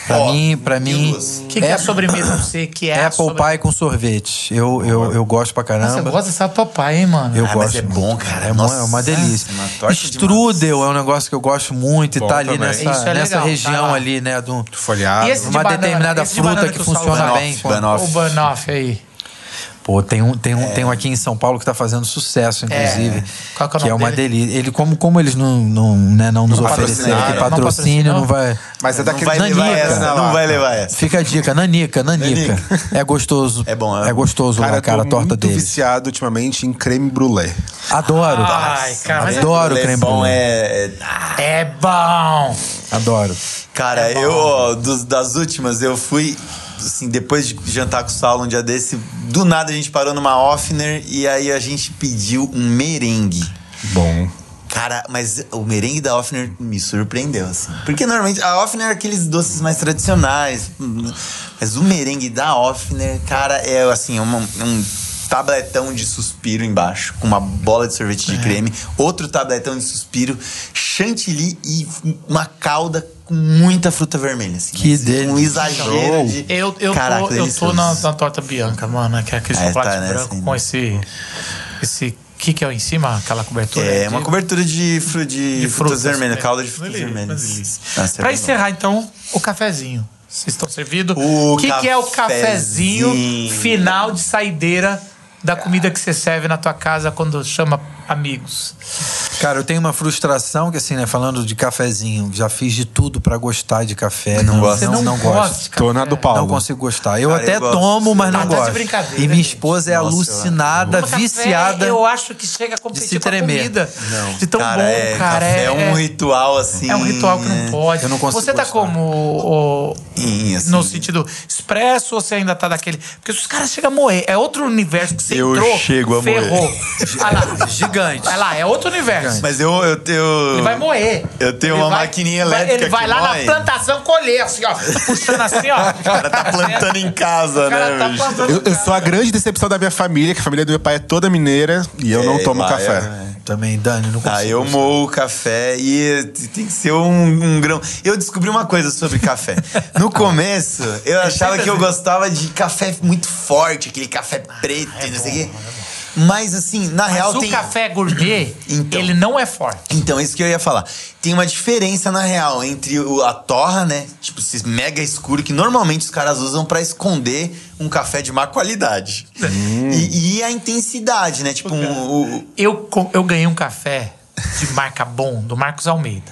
Pra Ó, mim, pra mil mim. doces. O que, que é, a sobremesa pra você? Que é a Apple sobre- pie com sorvete. Eu, eu, eu gosto pra Você caramba. gosta dessa papai, hein, mano? Eu Ah, mas gosto. é muito, bom, cara. É, uma- Nossa, é uma delícia. uma torta Strudel é um negócio que eu gosto muito Bom e tá ali também. nessa, Isso é legal, nessa tá região lá. ali, né? De um- Folhado. E esse- de uma banana, determinada esse de fruta banana que, que o Saulo funciona gosta. bem. O Banoff aí. Pô, tem um, tem, um, tem um aqui em São Paulo que tá fazendo sucesso, inclusive. Qual que é o é nome uma dele? delícia. Ele, como, como eles não, não, né, não nos ofereceram patrocinaram. aqui Não patrocínio, patrocinaram. não vai. Mas é Não daquele vai levar Nanica. essa, não vai levar essa. Fica a dica, nanica, nanica. É gostoso. É bom, é é bom. gostoso lá, Cara, cara, eu a tô torta muito deles. viciado ultimamente em creme brulee. Adoro. Ai, cara, mas é- adoro Leblon creme brulee. é- é- ah, É bom! Adoro. Cara, eu, ó, dos- das últimas, eu fui. Assim, depois de jantar com o Saulo um dia desse, do nada a gente parou numa Offner e aí a gente pediu um merengue. Bom. Cara, mas o merengue da Offner me surpreendeu, assim. Porque normalmente a Offner é aqueles doces mais tradicionais. hum, Mas o merengue da Offner, cara, é assim, uma- um tabletão de suspiro embaixo, com uma bola de sorvete É. de creme, outro tabletão de suspiro, chantilly e uma calda com muita fruta vermelha, assim. Que Mas Um delícia. exagero de... Eu, eu Caraca, tô, eu tô delicioso. na, na torta bianca, mano, que é aquele Ah, chocolate tá, né, branco assim, com né? esse. Esse. O que, que é em cima? Aquela cobertura? É, de- uma cobertura de, fru, de, de frutas, vermelhas, né? calda de frutas Delícia, vermelhas. delícia. Nossa, é pra bom. encerrar, então, o cafezinho. Vocês estão servidos? O que, que é o cafezinho cafezinho. final de saideira da comida que você serve na tua casa quando chama amigos? Cara, eu tenho uma frustração que, assim, né? Falando de cafezinho, já fiz de tudo pra gostar de café. Não gosta. Você não, gosta de Tô na café? do Paulo. Não consigo gostar. Eu Cara, até eu gosto. tomo, mas não Ah, tá de gosto. brincadeira, e minha gente. esposa é Nossa, alucinada, Toma café, viciada. eu acho que chega a de competir se com a tremer. comida. De tão bom, é, cara. café é- é um ritual assim. É um ritual que não pode. Eu não consigo você tá gostar. como o- o- Sim, assim. no sentido expresso ou você ainda tá daquele. Porque os caras chegam a morrer. É outro universo que você Eu entrou. chego a ferrou. moer. Vai lá. Gigante. Vai lá, é outro universo. Mas eu. eu, eu Ele vai morrer. Eu tenho uma maquininha elétrica Ele vai que lá moe. na plantação colher, assim, ó. Puxando assim, ó. O cara tá plantando em casa, O cara né, tá bicho? plantando. Eu, eu sou a grande decepção da minha família, que a família do meu pai é toda mineira e eu não É, tomo lá café. é- Também, Dani, não consigo. Ah, eu moo o café e tem que ser um, um grão. Eu descobri uma coisa sobre café. No começo, eu achava assim. que eu gostava de café muito forte, aquele café Ah, preto é e não sei o quê. Mas assim, na real Mas o tem. café gourmet, Então. ele não é forte. Então, isso que eu ia falar. Tem uma diferença, na real, entre o- a torra, né? Tipo, esse mega escuro que normalmente os caras usam pra esconder um café de má qualidade. E, e a intensidade, né? Tipo, um, o- o- Eu, co- eu ganhei um café de marca bom, do Marcos Almeida.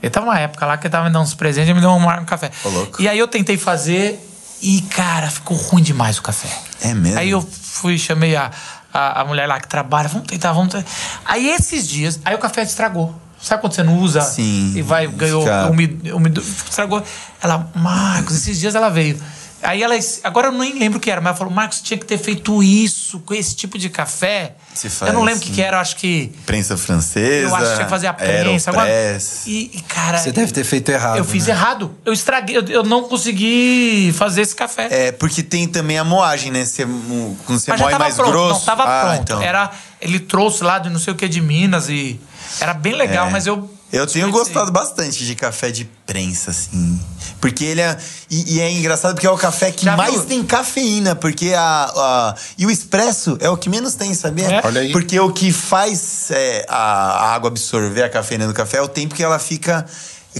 Ele tava uma época lá que ele tava me dando uns presentes e me deu um, mar- um café. Ô, louco. E aí eu tentei fazer e, cara, ficou ruim demais o café. É mesmo? Aí eu fui, chamei a, a, a mulher lá que trabalha, vamos tentar, vamos tentar. Aí esses dias, aí o café estragou. Sabe quando você não usa Sim, e vai, ganhou, fica- umido, estragou. Ela, Marcos, esses dias ela veio. Aí ela, agora eu nem lembro o que era, mas ela falou, Marcos, tinha que ter feito isso, com esse tipo de café. Se eu faz, não lembro o que, né? que era, eu acho que... Prensa francesa. Eu acho que tinha que fazer a prensa. alguma- Aeropress. E, e, cara... Você deve ter feito errado, Eu fiz né? errado. Eu estraguei. Eu, eu não consegui fazer esse café. É, porque tem também a moagem, né? Você, mo- quando você Mas já moe tava mais pronto. grosso. Não, tava Ah, pronto. então. Era, ele trouxe lá de não sei o que de Minas e... Era bem legal, É. mas eu... Eu tenho desperdicei. gostado bastante de café de prensa, assim. Porque ele é. E, e é engraçado porque é o café que Já mais viu? tem cafeína, porque a, a- E o expresso é o que menos tem, sabia? É. Olha aí. Porque o que faz é, a, a água absorver a cafeína do café é o tempo que ela fica.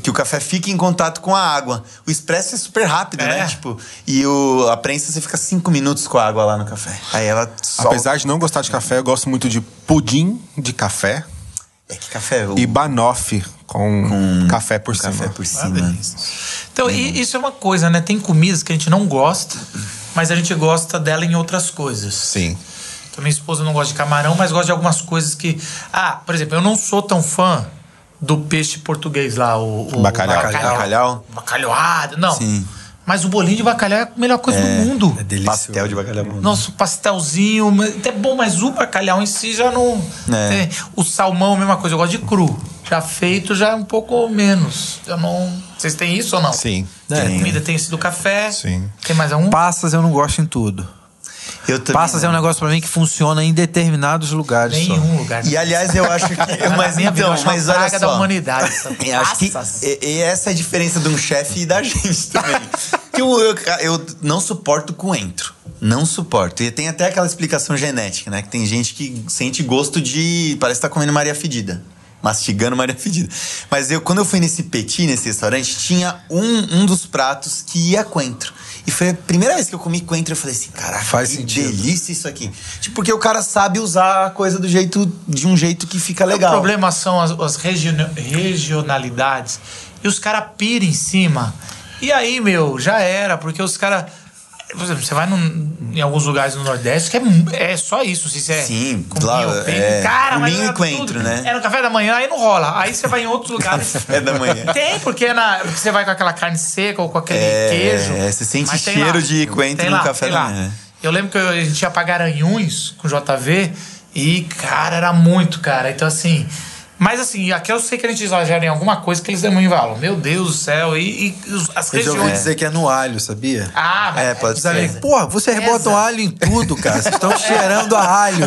Que o café fica em contato com a água. O expresso é super rápido, É. né? Tipo, e o, a prensa você fica cinco minutos com a água lá no café. Aí ela solta. Apesar de não gostar de café, eu gosto muito de pudim de café É que café. o- e banoffee com, café por cima. café por Ah, cima. delícia. Então, e- isso é uma coisa, né? Tem comidas que a gente não gosta, mas a gente gosta dela em outras coisas. Sim. Então, minha esposa não gosta de camarão, mas gosta de algumas coisas que. Ah, por exemplo, eu não sou tão fã do peixe português lá, o. o Bacalhau. Bacalhau. Bacalhoado, não. Sim. Mas o bolinho de bacalhau é a melhor coisa do mundo. É delicioso. Pastel de bacalhau. Nossa, o pastelzinho, mas- até bom, mas o bacalhau em si já não. É. tem. O salmão, mesma coisa, eu gosto de cru. Já feito, já é um pouco menos. Eu não. Vocês têm isso ou não? Sim. Tem Tem. comida, tem esse do café. Sim. Tem mais algum? Passas eu não gosto em tudo. Eu também Passas não. é um negócio pra mim que funciona em determinados lugares só. Nenhum um lugar. E aliás, eu acho que. Tá na mas minha vida, eu então, acho uma mas olha praga só. da humanidade. essa É, Eu acho que passas. e, e essa é a diferença de um chefe e da gente também. que eu, eu, eu não suporto coentro. Não suporto. E tem até aquela explicação genética, né? Que tem gente que sente gosto de. Parece que tá comendo Maria Fedida. Mastigando Maria Fedida. Mas eu, quando eu fui nesse petit, nesse restaurante, tinha um, um dos pratos que ia coentro. E foi a primeira vez que eu comi coentro, eu falei assim: caraca, Faz que sentido. delícia isso aqui. Tipo, porque o cara sabe usar a coisa do jeito, de um jeito que fica legal. É O problema são as, as region- regionalidades. E os caras piram em cima. E aí, meu, já era, porque os caras. Por exemplo, você vai num- em alguns lugares no Nordeste que é, mu- é só isso. Não sei se é Sim, cupim lá, ou peixe. é, Cara, mas cupim e era coentro, tudo. né? É no café da manhã, aí não rola. Aí você vai em outros lugares. Café É da manhã. Tem, porque, é na, porque você vai com aquela carne seca ou com aquele É, queijo. é, você sente Mas tem cheiro de coentro Tem no café tem da lá. manhã. Eu lembro que eu- a gente ia pra Garanhuns com o JV e, cara, era muito, cara. Então, assim. Mas, assim, aqui eu sei que a gente exagera em alguma coisa que eles dão um valor. Meu Deus do céu. E, e os- as Eu já ouvi regiões. dizer que é no alho, sabia? Ah, É, pode Os ser. amigos, porra, vocês Exato. botam alho em tudo, cara. Vocês estão cheirando a alho.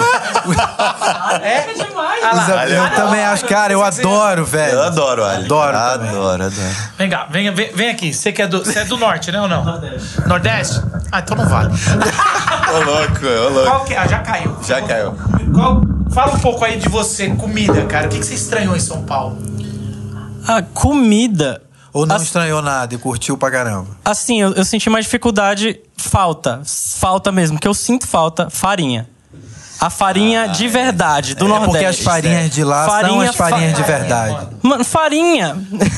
É, é demais. Ah, Os lá. amigos- eu também né? acho, cara, eu adoro, velho. Eu adoro alho. É, Adoro também. Adoro, adoro. Vem cá, vem, vem, vem aqui. Você que é do, você é do norte, né ou não? Nordeste. Nordeste? Ah, então não vale. Ô louco, ô louco. Qual que é? Ah, já caiu. Já caiu. Qual- fala um pouco aí de você, comida, cara. O que, que você estranhou em São Paulo? A comida. Ou não As- estranhou nada e curtiu pra caramba. Assim, eu, eu senti mais dificuldade, falta. Falta mesmo, que eu sinto falta, farinha. A farinha de verdade, do Ah, é Nordeste. porque as farinhas de lá são Farinha as farinhas fa- de verdade. Mano, farinha.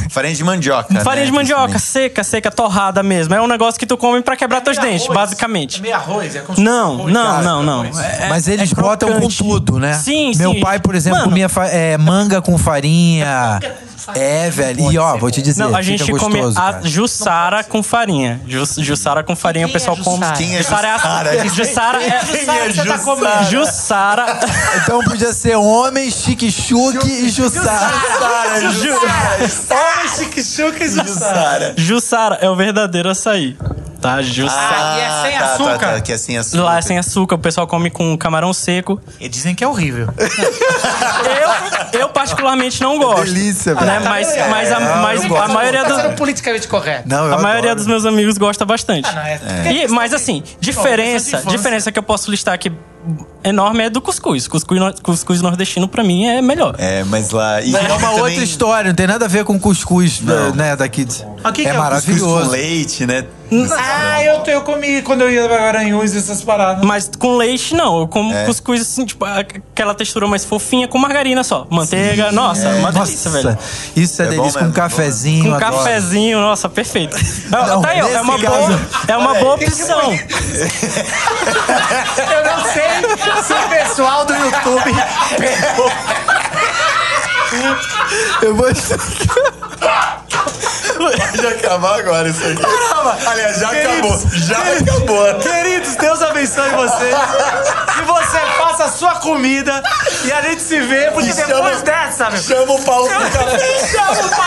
Farinha de mandioca. né? farinha de mandioca, Principalmente. seca, seca, torrada mesmo. É um negócio que tu come pra quebrar teus Meio dentes, arroz. É basicamente. meio arroz, é como se Não, fosse não, arroz. não, não. Arroz. É- Mas é eles botam com crocante. tudo, né? Sim, Meu sim. pai, por exemplo, Mano, comia fa- é, manga com farinha. É, velho. E ó, vou te dizer, Não, a fica gente come gostoso, a cara. Jussara com farinha. Jus- Jussara com farinha, o quem pessoal é come. Jussara? Quem é a- Jussara? Jussara é Jussara que você tá comendo? Jussara. Então podia ser homem, chique-chuque e jussara. Jussara, Jussara, Olha, chique-chuque e Jussara. Jussara. Jussara é o verdadeiro açaí. Tá? Jussara. Ah, e é sem tá, açúcar? Tá, tá, que é sem açúcar. Lá é sem açúcar, o pessoal come com camarão seco. E dizem que é horrível. Eu, eu particularmente não gosto. Delícia, né? velho. Mas, mas a, mas Você a gosta- maioria, tá do- sendo politicamente correto. Não, eu a maioria adoro. dos meus amigos gosta bastante. Ah, não, é- E- mas assim, diferença, infância. diferença que eu posso listar aqui enorme é do cuscuz. Cuscuz, no- cuscuz nordestino pra mim é melhor. É, mas lá. E É uma outra história, não tem nada a ver com cuscuz, Não. né, daqui. de- Mas que que é é o Cuscuz com maravilhoso. leite, né? Ah, eu, eu comi quando eu ia pra Garanhuns essas paradas. Mas com leite não, eu como É. cuscuz assim, tipo, a- aquela textura mais fofinha com margarina só. Manteiga, nossa, É uma delícia, velho. Isso é, É bom delícia com mesmo, um cafezinho. Com É. adoro. cafezinho, nossa, perfeito. Não, tá aí, ó, é nesse uma caso- é, boa, é uma boa opção. Eu não sei. Se o pessoal do YouTube pegou. Eu vou. Pode acabar agora isso aqui. Aliás, já acabou. Já acabou. Queridos, Deus abençoe vocês. Que você faça a sua comida e a gente se vê, porque E depois chama- dessa, meu. Chama o Paulo pro café. Chama o Então, Paulo.